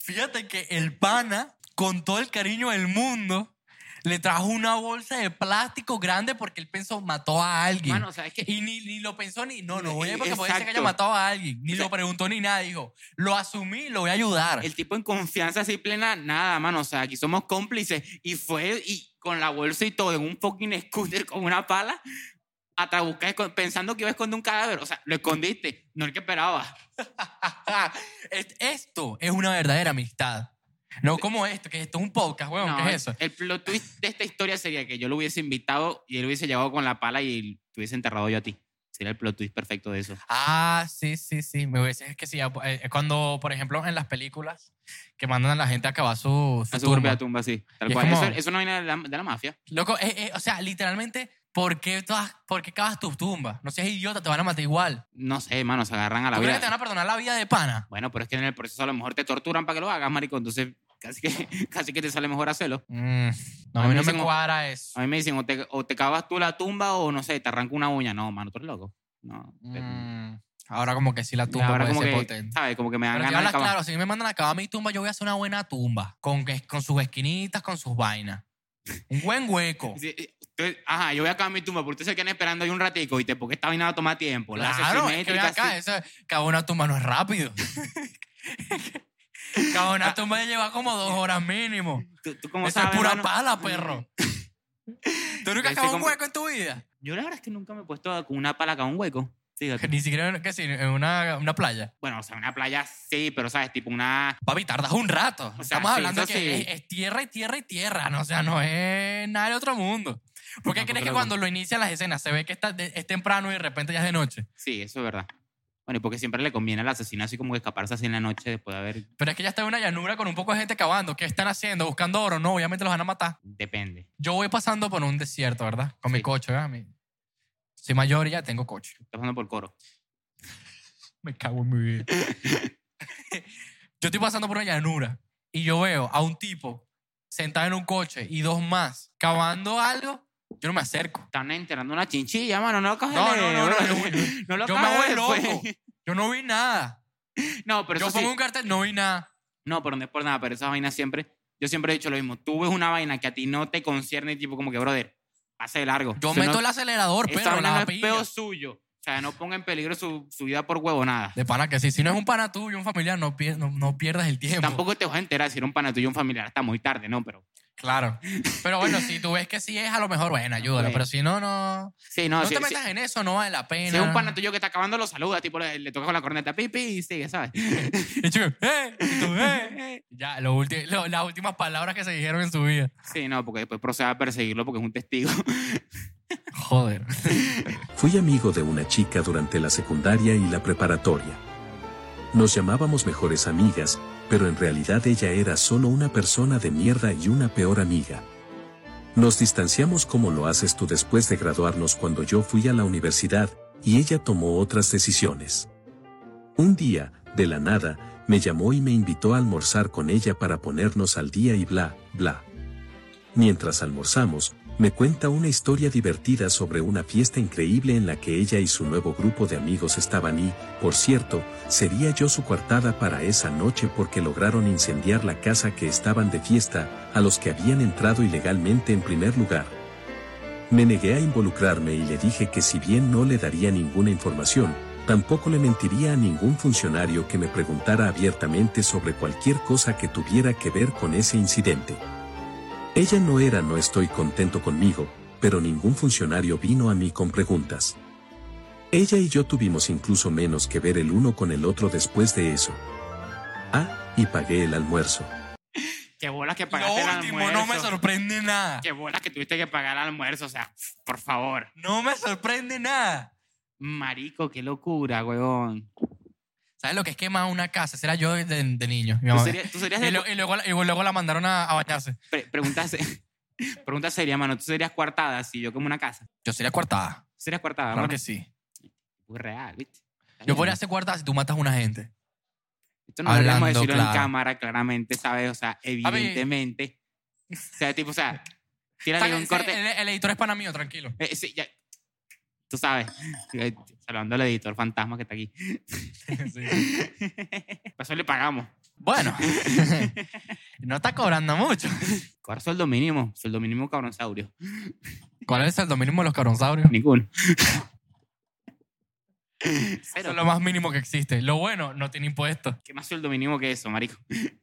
[SPEAKER 2] fíjate que el pana, con todo el cariño del mundo, le trajo una bolsa de plástico grande porque él pensó mató a alguien.
[SPEAKER 3] Mano, o sea, es que.
[SPEAKER 2] y ni, ni lo pensó ni, no, no voy a ir porque
[SPEAKER 3] Exacto.
[SPEAKER 2] puede ser que haya matado a alguien. Ni
[SPEAKER 3] O sea-
[SPEAKER 2] lo preguntó ni nada. Dijo, lo asumí, lo voy a ayudar.
[SPEAKER 3] El tipo en confianza así plena, nada, mano. O sea, aquí somos cómplices. Y fue y con la bolsa y todo, en un fucking scooter con una pala, a trabucar, esco- pensando que iba a esconder un cadáver. O sea, lo escondiste, no el que esperaba.
[SPEAKER 2] Es- esto es una verdadera amistad. No como esto, que esto es un podcast, weón.
[SPEAKER 3] No,
[SPEAKER 2] ¿Qué es eso?
[SPEAKER 3] El plot twist de esta historia sería que yo lo hubiese invitado y él hubiese llegado con la pala y te hubiese enterrado yo a ti. Sería el plot twist perfecto de eso.
[SPEAKER 2] Ah, sí, sí, sí. Me hubiese- es que sí. ah, eh, Cuando, por ejemplo, en las películas que mandan a la gente a acabar su, su
[SPEAKER 3] A su
[SPEAKER 2] turno.
[SPEAKER 3] propia tumba, sí. Tal
[SPEAKER 2] Y es
[SPEAKER 3] cual.
[SPEAKER 2] como-
[SPEAKER 3] Eso, eso no viene de la, de la mafia.
[SPEAKER 2] Loco, eh, eh, o sea, literalmente ¿Por qué, todas- ¿Por qué cavas tus tumbas? No seas idiota, te van a matar igual.
[SPEAKER 3] No sé, mano, se agarran a
[SPEAKER 2] ¿Tú
[SPEAKER 3] la
[SPEAKER 2] crees que
[SPEAKER 3] vida.
[SPEAKER 2] te van a perdonar la vida de pana?
[SPEAKER 3] Bueno, pero es que en el proceso a lo mejor te torturan para que lo hagas, marico. Entonces, casi que, casi que te sale mejor hacerlo.
[SPEAKER 2] Mm, no, a
[SPEAKER 3] A
[SPEAKER 2] mí
[SPEAKER 3] mí
[SPEAKER 2] no
[SPEAKER 3] sí
[SPEAKER 2] me
[SPEAKER 3] como-
[SPEAKER 2] cuadra eso.
[SPEAKER 3] A mí me dicen, o te, o te cavas tú la tumba o no sé, te arranca una uña. No, mano, tú eres loco. No. te-
[SPEAKER 2] Mm, ahora como que sí la tumba
[SPEAKER 3] ahora
[SPEAKER 2] puede
[SPEAKER 3] como
[SPEAKER 2] ser
[SPEAKER 3] que,
[SPEAKER 2] potente.
[SPEAKER 3] ¿sabes? Como que me dan
[SPEAKER 2] Pero te
[SPEAKER 3] ganas de
[SPEAKER 2] hablas
[SPEAKER 3] cavar.
[SPEAKER 2] claro, si me mandan a cavar mi tumba, yo voy a hacer una buena tumba. Con, que- con sus esquinitas, con sus vainas. Un buen hueco.
[SPEAKER 3] Sí, eh, entonces, ajá, yo voy a cavar mi tumba, pero ustedes se quedan esperando ahí un ratico y te porque esta vaina va a tomar tiempo. La haces
[SPEAKER 2] claro, es que ven
[SPEAKER 3] simétrica,
[SPEAKER 2] acá,
[SPEAKER 3] así.
[SPEAKER 2] eso, cavar una tumba no es rápido. cavar una tumba lleva como dos horas mínimo.
[SPEAKER 3] ¿Tú, tú Ah. cómo
[SPEAKER 2] Eso
[SPEAKER 3] sabes,
[SPEAKER 2] eh. es pura
[SPEAKER 3] mano?
[SPEAKER 2] pala, perro. ¿Tú nunca has
[SPEAKER 3] Ese
[SPEAKER 2] cavado un
[SPEAKER 3] como-
[SPEAKER 2] hueco en tu vida?
[SPEAKER 3] Yo la verdad es que nunca me he puesto a- con una pala acá un hueco. Fíjate.
[SPEAKER 2] Ni siquiera en, que sí, en una, una playa.
[SPEAKER 3] Bueno, o sea, una playa sí, pero sabes, tipo una.
[SPEAKER 2] Papi, tardas un rato.
[SPEAKER 3] sea,
[SPEAKER 2] Estamos
[SPEAKER 3] sí,
[SPEAKER 2] hablando
[SPEAKER 3] eso
[SPEAKER 2] que
[SPEAKER 3] sí.
[SPEAKER 2] es, es tierra y tierra y tierra. ¿no? O sea, no es nada de otro mundo. ¿Por qué crees
[SPEAKER 3] No, porque
[SPEAKER 2] que
[SPEAKER 3] lo-
[SPEAKER 2] cuando lo inician las escenas se ve que está, de- es temprano y de repente ya es de noche?
[SPEAKER 3] Sí, eso es verdad. Bueno, y porque siempre le conviene al asesino así como que escaparse así en la noche después de haber.
[SPEAKER 2] Pero es que ya está en una llanura con un poco de gente cavando. ¿Qué están haciendo? ¿Buscando oro? No, obviamente los van a matar.
[SPEAKER 3] Depende.
[SPEAKER 2] Yo voy pasando por un desierto, ¿verdad? Con mi
[SPEAKER 3] Sí.
[SPEAKER 2] coche, ¿verdad? Mi- Soy mayor y ya tengo coche.
[SPEAKER 3] Estás pasando por coro.
[SPEAKER 2] Me cago en mi vida. yo estoy pasando por una llanura y yo veo a un tipo sentado en un coche y dos más cavando algo. Yo no me acerco.
[SPEAKER 3] Están enterrando una chinchilla, mano. No lo coges
[SPEAKER 2] No, no, no, no.
[SPEAKER 3] bro.
[SPEAKER 2] Yo, voy-
[SPEAKER 3] No lo
[SPEAKER 2] yo me
[SPEAKER 3] cajes
[SPEAKER 2] voy
[SPEAKER 3] después.
[SPEAKER 2] loco. Yo no vi nada.
[SPEAKER 3] No, pero
[SPEAKER 2] yo
[SPEAKER 3] eso sí.
[SPEAKER 2] pongo un cartel, no vi nada.
[SPEAKER 3] No, pero no es por nada, pero esa vaina siempre. Yo siempre he dicho lo mismo. Tú ves una vaina que a ti no te concierne, y tipo como que, brother, pase de largo.
[SPEAKER 2] Yo
[SPEAKER 3] O sea,
[SPEAKER 2] meto
[SPEAKER 3] no-
[SPEAKER 2] el acelerador,
[SPEAKER 3] esa
[SPEAKER 2] pero
[SPEAKER 3] vaina
[SPEAKER 2] la
[SPEAKER 3] no es
[SPEAKER 2] pilla.
[SPEAKER 3] peo suyo. O sea, no ponga en peligro su, su vida por huevonada.
[SPEAKER 2] De pana que sí. Si no es un pana tuyo, un familiar, no, pier- no, no pierdas el tiempo.
[SPEAKER 3] Tampoco te vas a enterar si era un pana tuyo o un familiar hasta muy tarde, ¿no? Pero
[SPEAKER 2] Claro. Pero bueno, si tú ves que sí es, a lo mejor, bueno, ayúdalo.
[SPEAKER 3] Ok.
[SPEAKER 2] Pero si no, no.
[SPEAKER 3] sí, no,
[SPEAKER 2] No
[SPEAKER 3] si,
[SPEAKER 2] te
[SPEAKER 3] si-
[SPEAKER 2] metas en eso, no vale la pena.
[SPEAKER 3] si es un pana tuyo que está acabando, lo saluda, tipo, le, le toca con la corneta pipi y sigue, ¿sabes?
[SPEAKER 2] Y tú, "Eh", y tú, "Eh". Ya, lo ulti- lo- las últimas palabras que se dijeron en su vida.
[SPEAKER 3] Sí, no, porque después procede a perseguirlo porque es un testigo.
[SPEAKER 2] Joder.
[SPEAKER 4] Fui amigo de una chica durante la secundaria y la preparatoria. Nos llamábamos mejores amigas, pero en realidad ella era solo una persona de mierda y una peor amiga. Nos distanciamos como lo haces tú después de graduarnos cuando yo fui a la universidad, y ella tomó otras decisiones. Un día, de la nada, me llamó y me invitó a almorzar con ella para ponernos al día y bla, bla. Mientras almorzamos, me cuenta una historia divertida sobre una fiesta increíble en la que ella y su nuevo grupo de amigos estaban y, por cierto, sería yo su coartada para esa noche porque lograron incendiar la casa que estaban de fiesta, a los que habían entrado ilegalmente en primer lugar. Me negué a involucrarme y le dije que si bien no le daría ninguna información, tampoco le mentiría a ningún funcionario que me preguntara abiertamente sobre cualquier cosa que tuviera que ver con ese incidente. Ella no era no estoy contento conmigo, pero ningún funcionario vino a mí con preguntas. Ella y yo tuvimos incluso menos que ver el uno con el otro después de eso. Ah, y pagué el almuerzo.
[SPEAKER 3] Qué bolas que
[SPEAKER 2] Lo
[SPEAKER 3] pagaste el
[SPEAKER 2] último,
[SPEAKER 3] almuerzo.
[SPEAKER 2] no me sorprende nada.
[SPEAKER 3] Qué bolas que tuviste que pagar el almuerzo, o sea, por favor.
[SPEAKER 2] No me sorprende nada.
[SPEAKER 3] Marico, qué locura, huevón.
[SPEAKER 2] ¿Sabes lo que es quemar una casa? Será yo de, de niño. mi
[SPEAKER 3] Tú
[SPEAKER 2] mamá.
[SPEAKER 3] serías, tú serías
[SPEAKER 2] Y,
[SPEAKER 3] de-
[SPEAKER 2] lo- y luego, la- y luego la mandaron a, a bañarse.
[SPEAKER 3] pre- pregunta se- pregunta seria, mano. ¿Tú serías coartada si yo como una casa?
[SPEAKER 2] Yo sería coartada.
[SPEAKER 3] ¿Tú serías coartada,
[SPEAKER 2] Claro
[SPEAKER 3] mano?
[SPEAKER 2] que sí.
[SPEAKER 3] Muy real, ¿viste? Está
[SPEAKER 2] Yo
[SPEAKER 3] bien.
[SPEAKER 2] podría ser coartada si tú matas a una gente.
[SPEAKER 3] Esto no hablamos
[SPEAKER 2] Hablando,
[SPEAKER 3] decirlo
[SPEAKER 2] claro.
[SPEAKER 3] en cámara, claramente, ¿sabes? O sea, evidentemente. O sea, tipo, o sea, tírale un
[SPEAKER 2] Está-
[SPEAKER 3] corte.
[SPEAKER 2] El, el editor es pana mío, tranquilo.
[SPEAKER 3] Eh, sí, ya. Tú sabes. Eh, Saludando al editor fantasma que está aquí.
[SPEAKER 2] Sí.
[SPEAKER 3] Por eso le pagamos.
[SPEAKER 2] Bueno, no está cobrando mucho.
[SPEAKER 3] Cobra sueldo mínimo. Sueldo mínimo cabronzaurio.
[SPEAKER 2] ¿Cuál es el dominio de los cabronsaurios?
[SPEAKER 3] Ninguno.
[SPEAKER 2] Eso
[SPEAKER 3] Cero.
[SPEAKER 2] es lo más mínimo que existe. Lo bueno, no tiene impuestos.
[SPEAKER 3] ¿Qué más sueldo mínimo que eso, marico?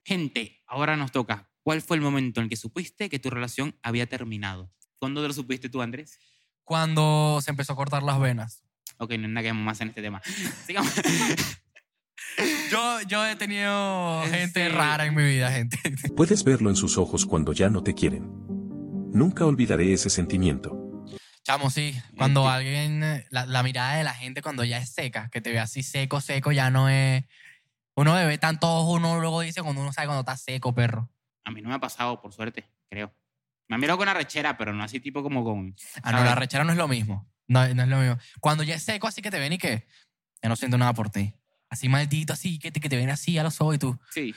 [SPEAKER 3] Gente, ahora nos toca. ¿Cuál fue el momento en el que supiste que tu relación había terminado? ¿Cuándo lo supiste tú, Andrés?
[SPEAKER 2] Cuando se empezó a cortar las venas.
[SPEAKER 3] Ok, no hay nada que más en este tema. Sigamos.
[SPEAKER 2] Yo, yo he tenido
[SPEAKER 3] En
[SPEAKER 2] gente
[SPEAKER 3] serio.
[SPEAKER 2] rara en mi vida, gente.
[SPEAKER 4] Puedes verlo en sus ojos cuando ya no te quieren. Nunca olvidaré ese sentimiento.
[SPEAKER 2] Chamo, sí. Cuando
[SPEAKER 3] Este-
[SPEAKER 2] alguien, eh, la, la mirada de la gente cuando ya es seca, que te ve así seco, seco, ya no es... Uno bebe tanto ojo, uno luego dice cuando uno sabe cuando está seco, perro.
[SPEAKER 3] A mí no me ha pasado, por suerte, creo. Me miro con arrechera, pero no así tipo como con...
[SPEAKER 2] Ah, no,
[SPEAKER 3] A
[SPEAKER 2] la
[SPEAKER 3] ver.
[SPEAKER 2] rechera no es lo mismo. No, no es lo mismo. Cuando ya es seco, así que te ven y que ya no siento nada por ti. Así maldito, así, que te, que te ven así a los ojos y tú.
[SPEAKER 3] Sí.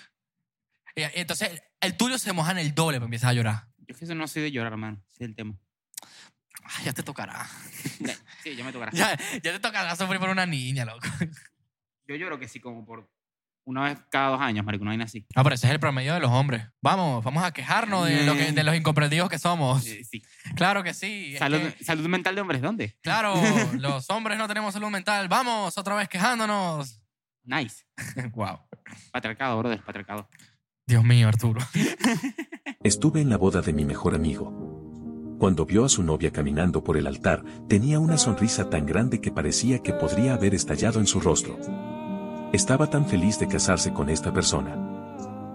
[SPEAKER 2] Eh, Entonces, el tuyo se moja en el doble, pero empiezas a llorar.
[SPEAKER 3] Yo que eso no soy de llorar, hermano. Ese es el tema.
[SPEAKER 2] Ay, ya te tocará.
[SPEAKER 3] Sí, ya me tocará.
[SPEAKER 2] Ya, ya te tocará sufrir por una niña, loco.
[SPEAKER 3] Yo lloro que sí como por una vez cada dos años, marico, no hay así.
[SPEAKER 2] No, pero ese es el promedio de los hombres. Vamos, vamos a quejarnos de, lo que- de los incomprendidos que somos.
[SPEAKER 3] Eh, sí.
[SPEAKER 2] Claro que sí. es
[SPEAKER 3] Salud,
[SPEAKER 2] que-
[SPEAKER 3] salud mental de hombres, ¿dónde?
[SPEAKER 2] claro, los hombres no tenemos salud mental. Vamos, otra vez quejándonos.
[SPEAKER 3] Nice.
[SPEAKER 2] wow.
[SPEAKER 3] Patriarcado, brother, patriarcado.
[SPEAKER 2] Dios mío, Arturo.
[SPEAKER 4] Estuve en la boda de mi mejor amigo. Cuando vio a su novia caminando por el altar, tenía una sonrisa tan grande que parecía que podría haber estallado en su rostro. Estaba tan feliz de casarse con esta persona.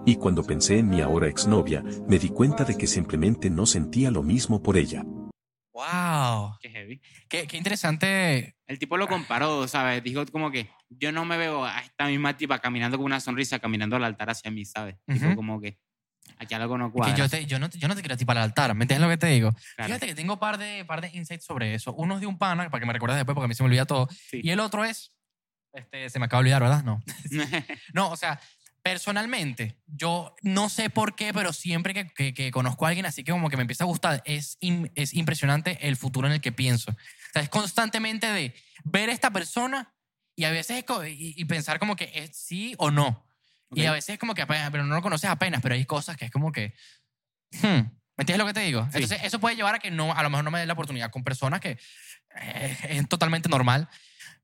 [SPEAKER 4] Y cuando pensé en mi ahora exnovia, me di cuenta de que simplemente no sentía lo mismo por ella.
[SPEAKER 2] Wow.
[SPEAKER 3] Qué heavy.
[SPEAKER 2] Qué, qué interesante.
[SPEAKER 3] El tipo lo comparó, ¿sabes? Dijo como que yo no me veo a esta misma tipa caminando con una sonrisa, caminando al altar hacia mí, ¿sabes? Tipo
[SPEAKER 2] Ujú.
[SPEAKER 3] como que aquí algo no
[SPEAKER 2] Que
[SPEAKER 3] cuadra.
[SPEAKER 2] yo, te- yo, no, te- yo no te quiero tipar al altar, ¿me entiendes lo que te digo?
[SPEAKER 3] Claro.
[SPEAKER 2] Fíjate que tengo par de, par de insights sobre eso. Uno es de un pana, para que me recuerdes después, porque a mí se me olvida todo.
[SPEAKER 3] Sí.
[SPEAKER 2] Y el otro es, este, se me acaba de olvidar, ¿verdad? No. No, o sea, personalmente, yo no sé por qué, pero siempre que, que- que conozco a alguien así que como que me empieza a gustar, es, im- es impresionante el futuro en el que pienso. O sea, es constantemente de ver a esta persona y a veces es co- y, y pensar como que es sí o no. Y
[SPEAKER 3] Ok.
[SPEAKER 2] a veces es como que apenas, pero no lo conoces apenas, pero hay cosas que es como que... hmm, ¿Me entiendes lo que te digo?
[SPEAKER 3] Sí.
[SPEAKER 2] Entonces, eso puede llevar a que no, a lo mejor no me dé la oportunidad con personas que eh, es totalmente normal.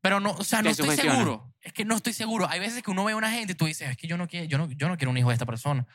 [SPEAKER 2] Pero no, o sea, no
[SPEAKER 3] Te
[SPEAKER 2] estoy
[SPEAKER 3] sugestiona.
[SPEAKER 2] seguro. Es que no estoy seguro. Hay veces que uno ve a una gente y tú dices, es que yo no quiero, yo no, yo no quiero un hijo de esta persona.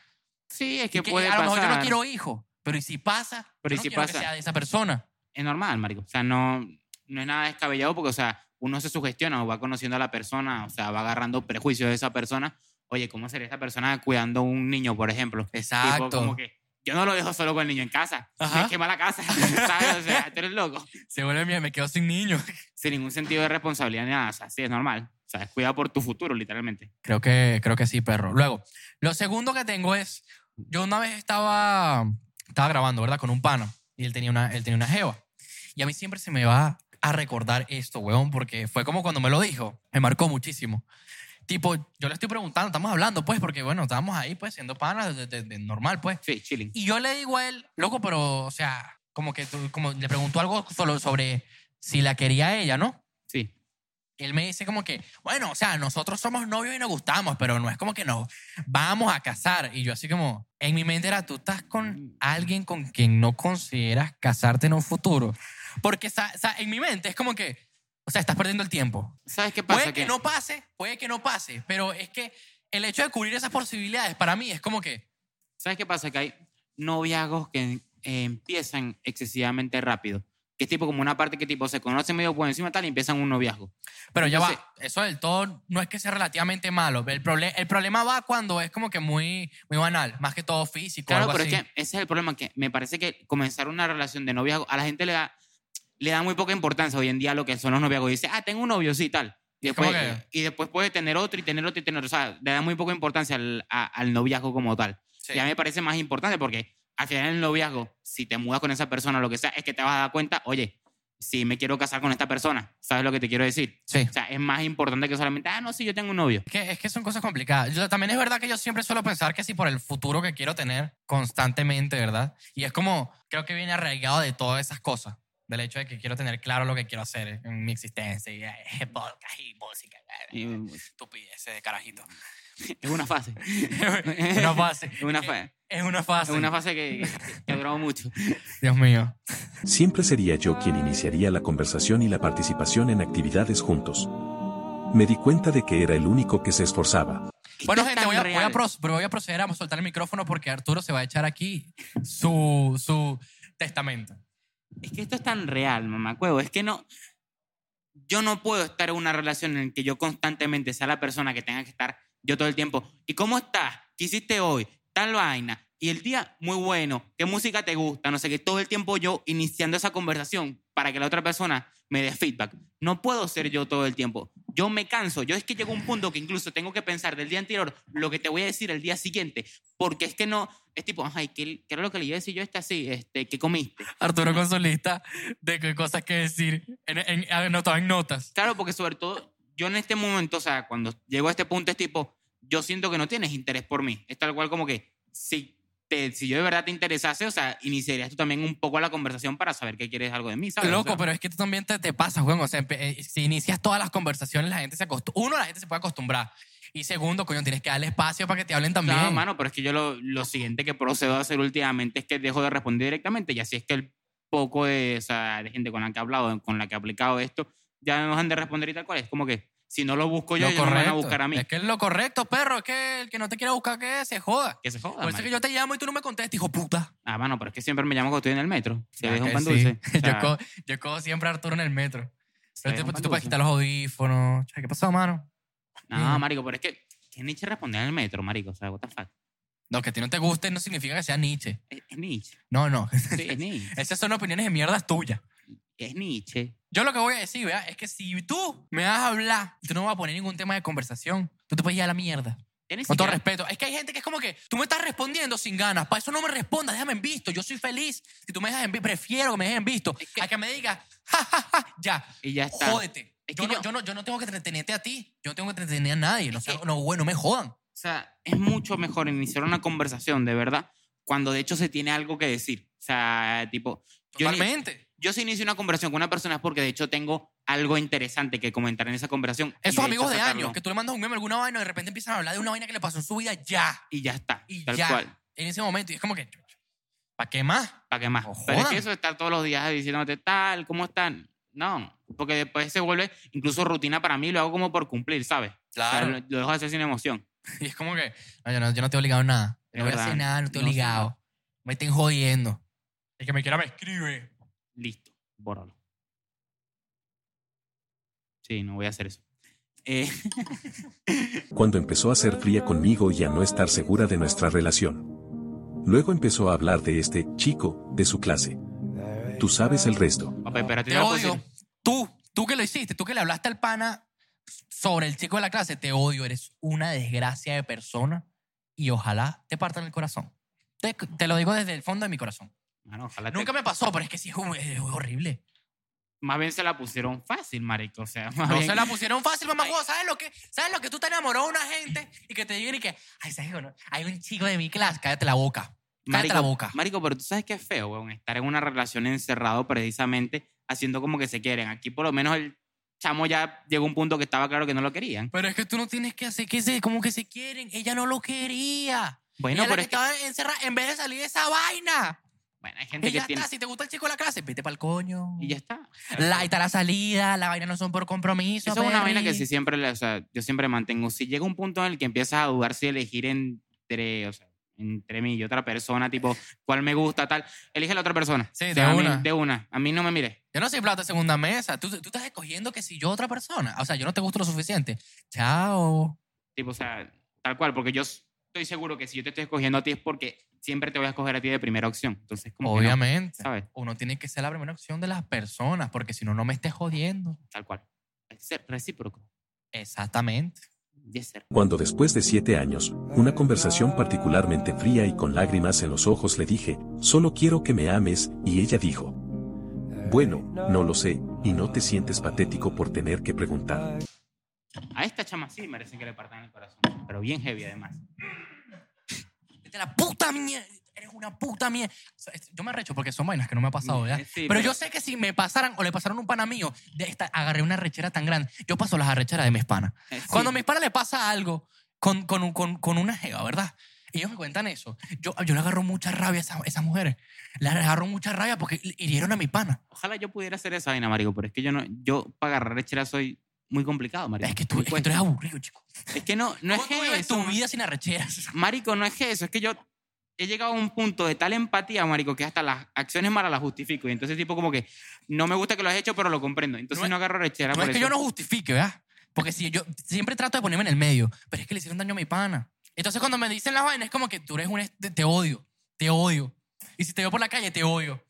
[SPEAKER 3] sí, es
[SPEAKER 2] Y
[SPEAKER 3] que
[SPEAKER 2] que
[SPEAKER 3] puede
[SPEAKER 2] a lo mejor yo no
[SPEAKER 3] pasar.
[SPEAKER 2] quiero hijo. Pero ¿y si pasa? Yo
[SPEAKER 3] Pero ¿y
[SPEAKER 2] no
[SPEAKER 3] si
[SPEAKER 2] quiero
[SPEAKER 3] pasa?
[SPEAKER 2] Que sea de esa persona.
[SPEAKER 3] Es normal, marico. O sea, no, no es nada descabellado porque, o sea, uno se sugestiona o va conociendo a la persona, o sea, va agarrando prejuicios de esa persona. Oye, ¿cómo sería esta persona cuidando a un niño, por ejemplo?
[SPEAKER 2] Exacto.
[SPEAKER 3] Tipo, como que yo no lo dejo solo con el niño en casa.
[SPEAKER 2] Ajá.
[SPEAKER 3] Me quema la casa. ¿Sabes? O sea, tú eres loco.
[SPEAKER 2] Se vuelve mía, me quedo sin niño.
[SPEAKER 3] Sin ningún sentido de responsabilidad ni nada. O sea, sí, es normal. O sea, cuida por tu futuro, literalmente.
[SPEAKER 2] Creo que, creo que sí, perro. Luego, lo segundo que tengo es, yo una vez estaba, estaba grabando, ¿verdad? Con un pana y él tenía una, él tenía una jeva. Y a mí siempre se me va a recordar esto, weón, porque fue como cuando me lo dijo, me marcó muchísimo. Tipo, yo le estoy preguntando, estamos hablando, pues, porque bueno, estábamos ahí, pues, siendo panas, de- de- de normal, pues.
[SPEAKER 3] Sí, chilling.
[SPEAKER 2] Y yo le digo a él, loco, pero, o sea, como que tú- como le preguntó algo solo sobre si la quería ella, ¿no?
[SPEAKER 3] Sí.
[SPEAKER 2] Él me dice como que, bueno, o sea, nosotros somos novios y nos gustamos, pero no es como que nos vamos a casar. Y yo así como, en mi mente era, tú estás con alguien con quien no consideras casarte en un futuro. Porque sa- sa- en mi mente es como que, o sea, estás perdiendo el tiempo.
[SPEAKER 3] ¿Sabes qué pasa?
[SPEAKER 2] Puede que no pase, puede que no pase, pero es que el hecho de cubrir esas posibilidades para mí es como que,
[SPEAKER 3] ¿Sabes qué pasa? Que hay noviazgos que eh, empiezan excesivamente rápido. Que es tipo como una parte que tipo se conocen medio por encima tal y empiezan un noviazgo.
[SPEAKER 2] Pero ya
[SPEAKER 3] Entonces-
[SPEAKER 2] va, eso del todo no es que sea relativamente malo. El, proble- el problema va cuando es como que muy, muy banal, más que todo físico.
[SPEAKER 3] Claro,
[SPEAKER 2] algo
[SPEAKER 3] pero
[SPEAKER 2] así.
[SPEAKER 3] es que ese es el problema, que me parece que comenzar una relación de noviazgo, a la gente le da, le da muy poca importancia hoy en día a lo que son los noviazgos. Dice, ah, tengo un novio, sí, tal. Y después,
[SPEAKER 2] ¿Cómo que?
[SPEAKER 3] y después puede tener otro y tener otro y tener otro. O sea, le da muy poca importancia al, a- al noviazgo como tal.
[SPEAKER 2] Sí.
[SPEAKER 3] Ya me parece más importante porque al final el noviazgo, si te mudas con esa persona o lo que sea, es que te vas a dar cuenta, oye, si me quiero casar con esta persona, ¿sabes lo que te quiero decir?
[SPEAKER 2] Sí.
[SPEAKER 3] O sea, es más importante que solamente, ah, no, sí, yo tengo un novio.
[SPEAKER 2] Es que, es que son cosas complicadas. Yo- también es verdad que yo siempre suelo pensar que si por el futuro que quiero tener constantemente, ¿verdad? Y es como, creo que viene arraigado de todas esas cosas. Del hecho de que quiero tener claro lo que quiero hacer en mi existencia. Y eh, podcast y música.
[SPEAKER 3] Y,
[SPEAKER 2] eh,
[SPEAKER 3] um,
[SPEAKER 2] Estupideces de carajito.
[SPEAKER 3] Es una fase.
[SPEAKER 2] es una fase.
[SPEAKER 3] Es una fase.
[SPEAKER 2] Es una fase.
[SPEAKER 3] Es una fase que, que- que ha durado mucho.
[SPEAKER 2] Dios mío.
[SPEAKER 4] Siempre sería yo quien iniciaría la conversación y la participación en actividades juntos. Me di cuenta de que era el único que se esforzaba.
[SPEAKER 2] Bueno,
[SPEAKER 3] Esto es
[SPEAKER 2] gente,
[SPEAKER 3] tan
[SPEAKER 2] voy a, voy,
[SPEAKER 3] real.
[SPEAKER 2] a pro- pero voy a proceder a soltar el micrófono porque Arturo se va a echar aquí su, su testamento.
[SPEAKER 3] Es que esto es tan real, mamá cuevo. Es que no. Yo no puedo estar en una relación en la que yo constantemente sea la persona que tenga que estar yo todo el tiempo. ¿Y cómo estás? ¿Qué hiciste hoy? Tal vaina. Y el día, muy bueno. ¿Qué música te gusta? No sé qué. Todo el tiempo yo iniciando esa conversación para que la otra persona me dé feedback. No puedo ser yo todo el tiempo. Yo me canso. Yo es que llego a un punto que incluso tengo que pensar del día anterior lo que te voy a decir el día siguiente. Porque es que no. Es tipo, ay, ¿qué, qué era lo que le iba a decir yo a este así? Este, ¿Qué comiste?
[SPEAKER 2] Arturo con su lista de qué cosas que decir, en, en- anotado en notas.
[SPEAKER 3] Claro, porque sobre todo yo en este momento, o sea, cuando llego a este punto es tipo, yo siento que no tienes interés por mí. Es tal cual como que si, te, si yo de verdad te interesase, o sea, iniciarías tú también un poco la conversación para saber que quieres algo de mí, ¿sabes?
[SPEAKER 2] Loco,
[SPEAKER 3] O sea,
[SPEAKER 2] pero es que tú también te, te pasas, weón. O sea, empe- eh, si inicias todas las conversaciones, la gente se acostumbra. Uno, la gente se puede acostumbrar. Y segundo, coño, tienes que darle espacio para que te hablen también.
[SPEAKER 3] No, mano, pero es que yo lo, lo siguiente que procedo a hacer últimamente es que dejo de responder directamente y así es que el poco de, o sea, de gente con la que he hablado, con la que he aplicado esto, ya no dejan de responder y tal cual. Es como que si no lo busco yo,
[SPEAKER 2] Lo
[SPEAKER 3] ellos no me van a buscar a mí.
[SPEAKER 2] Es que es lo correcto, perro. Es que el que no te quiere buscar, que se joda.
[SPEAKER 3] Que se joda.
[SPEAKER 2] Por eso es que
[SPEAKER 3] Ah, marico.
[SPEAKER 2] yo te llamo y tú no me contestas, hijo puta.
[SPEAKER 3] Ah, mano, pero es que siempre me llamo cuando estoy en el metro. Se
[SPEAKER 2] Ah,
[SPEAKER 3] deja un
[SPEAKER 2] que
[SPEAKER 3] pan
[SPEAKER 2] sí.
[SPEAKER 3] dulce. O sea,
[SPEAKER 2] yo, cojo, yo cojo siempre a Arturo en el metro.
[SPEAKER 3] deja
[SPEAKER 2] Pero
[SPEAKER 3] un
[SPEAKER 2] tú,
[SPEAKER 3] pan
[SPEAKER 2] tú puedes
[SPEAKER 3] dulce.
[SPEAKER 2] quitar los audífonos. Che, ¿Qué pasó, mano?
[SPEAKER 3] No, marico, pero es que. ¿Qué Nietzsche responder en el metro, marico? O sea, what the fuck.
[SPEAKER 2] No, que a ti no te guste no significa que sea Nietzsche.
[SPEAKER 3] Es, es Nietzsche.
[SPEAKER 2] No, no.
[SPEAKER 3] Sí, es Nietzsche.
[SPEAKER 2] Esas son opiniones de mierdas tuyas.
[SPEAKER 3] Es Nietzsche.
[SPEAKER 2] Yo lo que voy a decir, ¿verdad? Es que si tú me vas a hablar, tú no me vas a poner ningún tema de conversación. Tú te puedes ir a la mierda.
[SPEAKER 3] Ya ni
[SPEAKER 2] Con todo
[SPEAKER 3] siquiera-
[SPEAKER 2] respeto. Es que hay gente que es como que tú me estás respondiendo sin ganas. Para eso no me respondas, déjame en visto. Yo soy feliz. Si tú me dejas en visto, prefiero que me dejes en visto.
[SPEAKER 3] Es que-
[SPEAKER 2] A que me digas, ja, ja, ja, ya,
[SPEAKER 3] Y ya está.
[SPEAKER 2] jódete.
[SPEAKER 3] Es
[SPEAKER 2] Yo
[SPEAKER 3] que
[SPEAKER 2] no,
[SPEAKER 3] yo-
[SPEAKER 2] yo, no, yo no tengo que entretenerte a ti. Yo no tengo que entretener a nadie. No,
[SPEAKER 3] Es
[SPEAKER 2] sea-
[SPEAKER 3] que-
[SPEAKER 2] no, bueno, me jodan.
[SPEAKER 3] O sea, es mucho mejor iniciar una conversación, de verdad, cuando de hecho se tiene algo que decir. O sea, tipo, yo, ni-
[SPEAKER 2] Totalmente.
[SPEAKER 3] yo si inicio una conversación con una persona es porque de hecho tengo algo interesante que comentar en esa conversación. y
[SPEAKER 2] Esos
[SPEAKER 3] hecho
[SPEAKER 2] amigos de
[SPEAKER 3] sacarlo.
[SPEAKER 2] años que tú le mandas un meme a alguna vaina y de repente empiezan a hablar de una vaina que le pasó en su vida ya.
[SPEAKER 3] Y ya está.
[SPEAKER 2] Y
[SPEAKER 3] tal
[SPEAKER 2] ya.
[SPEAKER 3] cual.
[SPEAKER 2] En ese momento. Y es como que, ¿para qué más?
[SPEAKER 3] ¿Para qué más?
[SPEAKER 2] No
[SPEAKER 3] Pero es
[SPEAKER 2] jodan.
[SPEAKER 3] que eso de estar todos los días diciéndote tal, ¿cómo están? No, porque después se vuelve incluso rutina para mí, lo hago como por cumplir, ¿sabes? O sea,
[SPEAKER 2] Claro.
[SPEAKER 3] lo, lo dejo hacer sin emoción.
[SPEAKER 2] Y es como que, no, yo no, yo no te he obligado a nada. Yo
[SPEAKER 3] Es
[SPEAKER 2] no voy a hacer
[SPEAKER 3] verdad.
[SPEAKER 2] nada, no estoy
[SPEAKER 3] No sé
[SPEAKER 2] obligado.
[SPEAKER 3] nada.
[SPEAKER 2] me estén jodiendo. El que me quiera me escribe.
[SPEAKER 3] Listo, bórralo. Sí, no voy a hacer eso. Eh,
[SPEAKER 4] cuando empezó a ser fría conmigo y a no estar segura de nuestra relación. Luego empezó a hablar de este chico, de su clase. Tú sabes el resto.
[SPEAKER 3] papá, espérate.
[SPEAKER 2] Te
[SPEAKER 3] una cosa.
[SPEAKER 2] odio. Tú, tú que lo hiciste, tú que le hablaste al pana sobre el chico de la clase, te odio. Eres una desgracia de persona y ojalá te partan el corazón. Te, te lo digo desde el fondo de mi corazón.
[SPEAKER 3] Mano, ojalá te-
[SPEAKER 2] Nunca me pasó, pero es que sí es, hor- es horrible.
[SPEAKER 3] Más bien se la pusieron fácil, marico. O sea, más
[SPEAKER 2] No
[SPEAKER 3] bien-
[SPEAKER 2] se la pusieron fácil, mamá. huevo. ¿Sabes lo que? ¿Sabes lo que tú te enamoró de una gente y que te digan y que, ay, ¿sabes qué? No, Hay un chico de mi clase, cállate la boca. Cállate
[SPEAKER 3] marico,
[SPEAKER 2] la boca.
[SPEAKER 3] Marico, pero tú sabes qué es feo, weón. Estar en una relación encerrado precisamente haciendo como que se quieren. Aquí por lo menos el chamo ya llegó a un punto que estaba claro que no lo querían.
[SPEAKER 2] Pero es que tú no tienes que hacer que se, como que se quieren. Ella no lo quería.
[SPEAKER 3] Bueno,
[SPEAKER 2] Ella
[SPEAKER 3] pero
[SPEAKER 2] la
[SPEAKER 3] es
[SPEAKER 2] que
[SPEAKER 3] que,
[SPEAKER 2] estaba encerrada en vez de salir de esa vaina.
[SPEAKER 3] bueno, hay gente
[SPEAKER 2] Y
[SPEAKER 3] que
[SPEAKER 2] ya
[SPEAKER 3] tiene...
[SPEAKER 2] está. Si te gusta el chico de la clase, vete pa'l coño.
[SPEAKER 3] Y ya está.
[SPEAKER 2] La, ahí está la salida, la vaina no son por compromiso.
[SPEAKER 3] Eso es una
[SPEAKER 2] perri.
[SPEAKER 3] vaina que sí siempre, le- o sea, yo siempre mantengo. Si llega un punto en el que empiezas a dudar si elegir entre, o sea, entre mí y otra persona, tipo, cuál me gusta, tal, elige a la otra persona.
[SPEAKER 2] Sí,
[SPEAKER 3] O
[SPEAKER 2] de
[SPEAKER 3] sea, a mí-
[SPEAKER 2] una.
[SPEAKER 3] de una. A mí no me mires.
[SPEAKER 2] Yo no soy plata de segunda mesa. Tú, tú estás escogiendo que si yo otra persona. O sea, yo no te gusto lo suficiente. Chao.
[SPEAKER 3] Tipo, o sea, tal cual, porque yo s- estoy seguro que si yo te estoy escogiendo a ti es porque siempre te voy a escoger a ti de primera opción. Entonces, como que no,
[SPEAKER 2] Obviamente.
[SPEAKER 3] ¿sabes?
[SPEAKER 2] Uno tiene que ser la primera opción de las personas, porque si no, no me estés jodiendo.
[SPEAKER 3] Tal cual. Hay que ser recíproco.
[SPEAKER 2] Exactamente.
[SPEAKER 3] Yes, sir.
[SPEAKER 4] Cuando después de siete años, una conversación particularmente fría y con lágrimas en los ojos le dije, solo quiero que me ames, y ella dijo, bueno, no lo sé, y no te sientes patético por tener que preguntar.
[SPEAKER 3] A esta chama sí merece que le partan el corazón, pero bien heavy además.
[SPEAKER 2] Vete a la puta mierda. Eres una puta mierda. Yo me arrecho porque son vainas que no me ha pasado, ¿verdad?
[SPEAKER 3] Sí,
[SPEAKER 2] pero, yo sé que si me pasaran o le pasaron a un pana mío, de esta, agarré una rechera tan grande. Yo paso las arrecheras de mis panas.
[SPEAKER 3] eh, sí.
[SPEAKER 2] Cuando a mis panas le pasa algo con, con, un- con, con una jeva, ¿verdad? Ellos me cuentan eso. Yo, yo le agarro mucha rabia a esas, esas mujeres. Les agarro mucha rabia porque hirieron a mi pana.
[SPEAKER 3] Ojalá yo pudiera hacer esa vaina, marico, pero es que yo no, yo para agarrar rechera soy muy complicado, marico.
[SPEAKER 2] Es que tú,
[SPEAKER 3] Me
[SPEAKER 2] es que tú
[SPEAKER 3] cuesta.
[SPEAKER 2] eres aburrido, chico.
[SPEAKER 3] Es que no, no es
[SPEAKER 2] ¿Cómo tú
[SPEAKER 3] que
[SPEAKER 2] vives
[SPEAKER 3] eso.
[SPEAKER 2] tu vida sin arrecheras?
[SPEAKER 3] Marico, no es que eso, es que yo he llegado a un punto de tal empatía, marico, que hasta las acciones malas las justifico. Y entonces, tipo, como que no me gusta que lo has hecho, pero lo comprendo. Entonces
[SPEAKER 2] No
[SPEAKER 3] no,
[SPEAKER 2] es-
[SPEAKER 3] agarro
[SPEAKER 2] No
[SPEAKER 3] rechera por
[SPEAKER 2] es que
[SPEAKER 3] eso.
[SPEAKER 2] yo no justifique, ¿verdad? Porque si yo siempre trato de ponerme en el medio, pero es que le hicieron daño a mi pana. Entonces cuando me este, dicen las vainas es como que tú eres un est- te odio, te odio. Y si te veo por la calle te odio.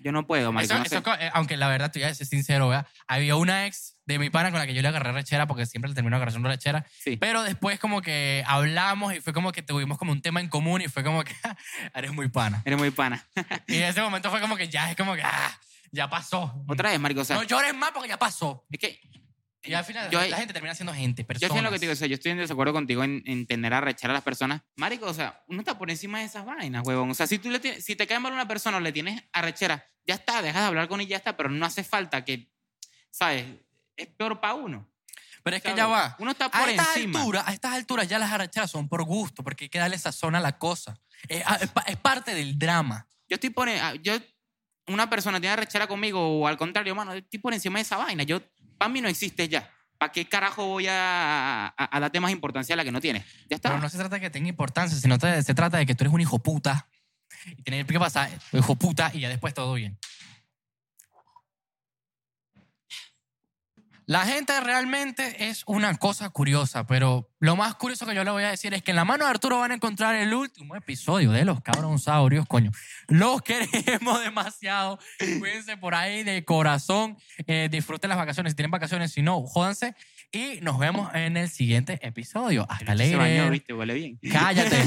[SPEAKER 3] Yo no puedo, marico.
[SPEAKER 2] Eso-
[SPEAKER 3] no
[SPEAKER 2] eso
[SPEAKER 3] sé.
[SPEAKER 2] co- eh, aunque la verdad, tú ya ser sincero, ¿verdad? Había una ex de mi pana con la que yo le agarré rechera porque siempre le termino agarrando rechera.
[SPEAKER 3] Sí.
[SPEAKER 2] Pero después como que hablamos y fue como que tuvimos como un tema en común y fue como que "Ah, eres muy pana.
[SPEAKER 3] Eres muy pana.
[SPEAKER 2] Y en ese momento fue como que ya es como que "Ah, ya pasó.
[SPEAKER 3] Otra vez, marico, o sea,
[SPEAKER 2] no llores más porque ya pasó.
[SPEAKER 3] es que
[SPEAKER 2] Y al final
[SPEAKER 3] Yo-
[SPEAKER 2] la gente termina siendo gente,
[SPEAKER 3] yo
[SPEAKER 2] personas.
[SPEAKER 3] sé lo que te digo, o sea, yo estoy en desacuerdo contigo en, en tener a rechar a las personas. Marico, o sea, uno está por encima de esas vainas, huevón. O sea, si tú le tienes- si te cae mal una persona o le tienes a rechera, ya está, dejas de hablar con ella y ya está, pero no hace falta que, ¿sabes? Es peor para uno.
[SPEAKER 2] Pero es que
[SPEAKER 3] ¿sabes?
[SPEAKER 2] ya va.
[SPEAKER 3] Uno está
[SPEAKER 2] A
[SPEAKER 3] por
[SPEAKER 2] estas,
[SPEAKER 3] encima.
[SPEAKER 2] alturas, a estas alturas ya las arracheras son por gusto, porque hay que darle sazón a la cosa. Es, a- es pa- es parte del drama.
[SPEAKER 3] Yo estoy por. ah, Yo, una persona tiene rechera conmigo o al contrario, mano, estoy por encima de esa vaina. Yo, para mí no existe ya. ¿Para qué carajo voy a, a- a darte más importancia a la que no tienes? Ya está.
[SPEAKER 2] Pero no se trata de que tenga importancia, sino te- se trata de que tú eres un hijo puta. Y tienes que pasar, hijo puta, y ya después todo bien. La gente realmente es una cosa curiosa, pero lo más curioso que yo le voy a decir es que en la mano de Arturo van a encontrar el último episodio de Los Cabronsaurios, coño. Los queremos demasiado. Cuídense por ahí de corazón. Eh, disfruten las vacaciones. Si tienen vacaciones, si no, jódanse. Y nos vemos en el siguiente episodio. Hasta
[SPEAKER 3] Se bañó,
[SPEAKER 2] luego.
[SPEAKER 3] ¿viste? Huele bien.
[SPEAKER 2] Cállate.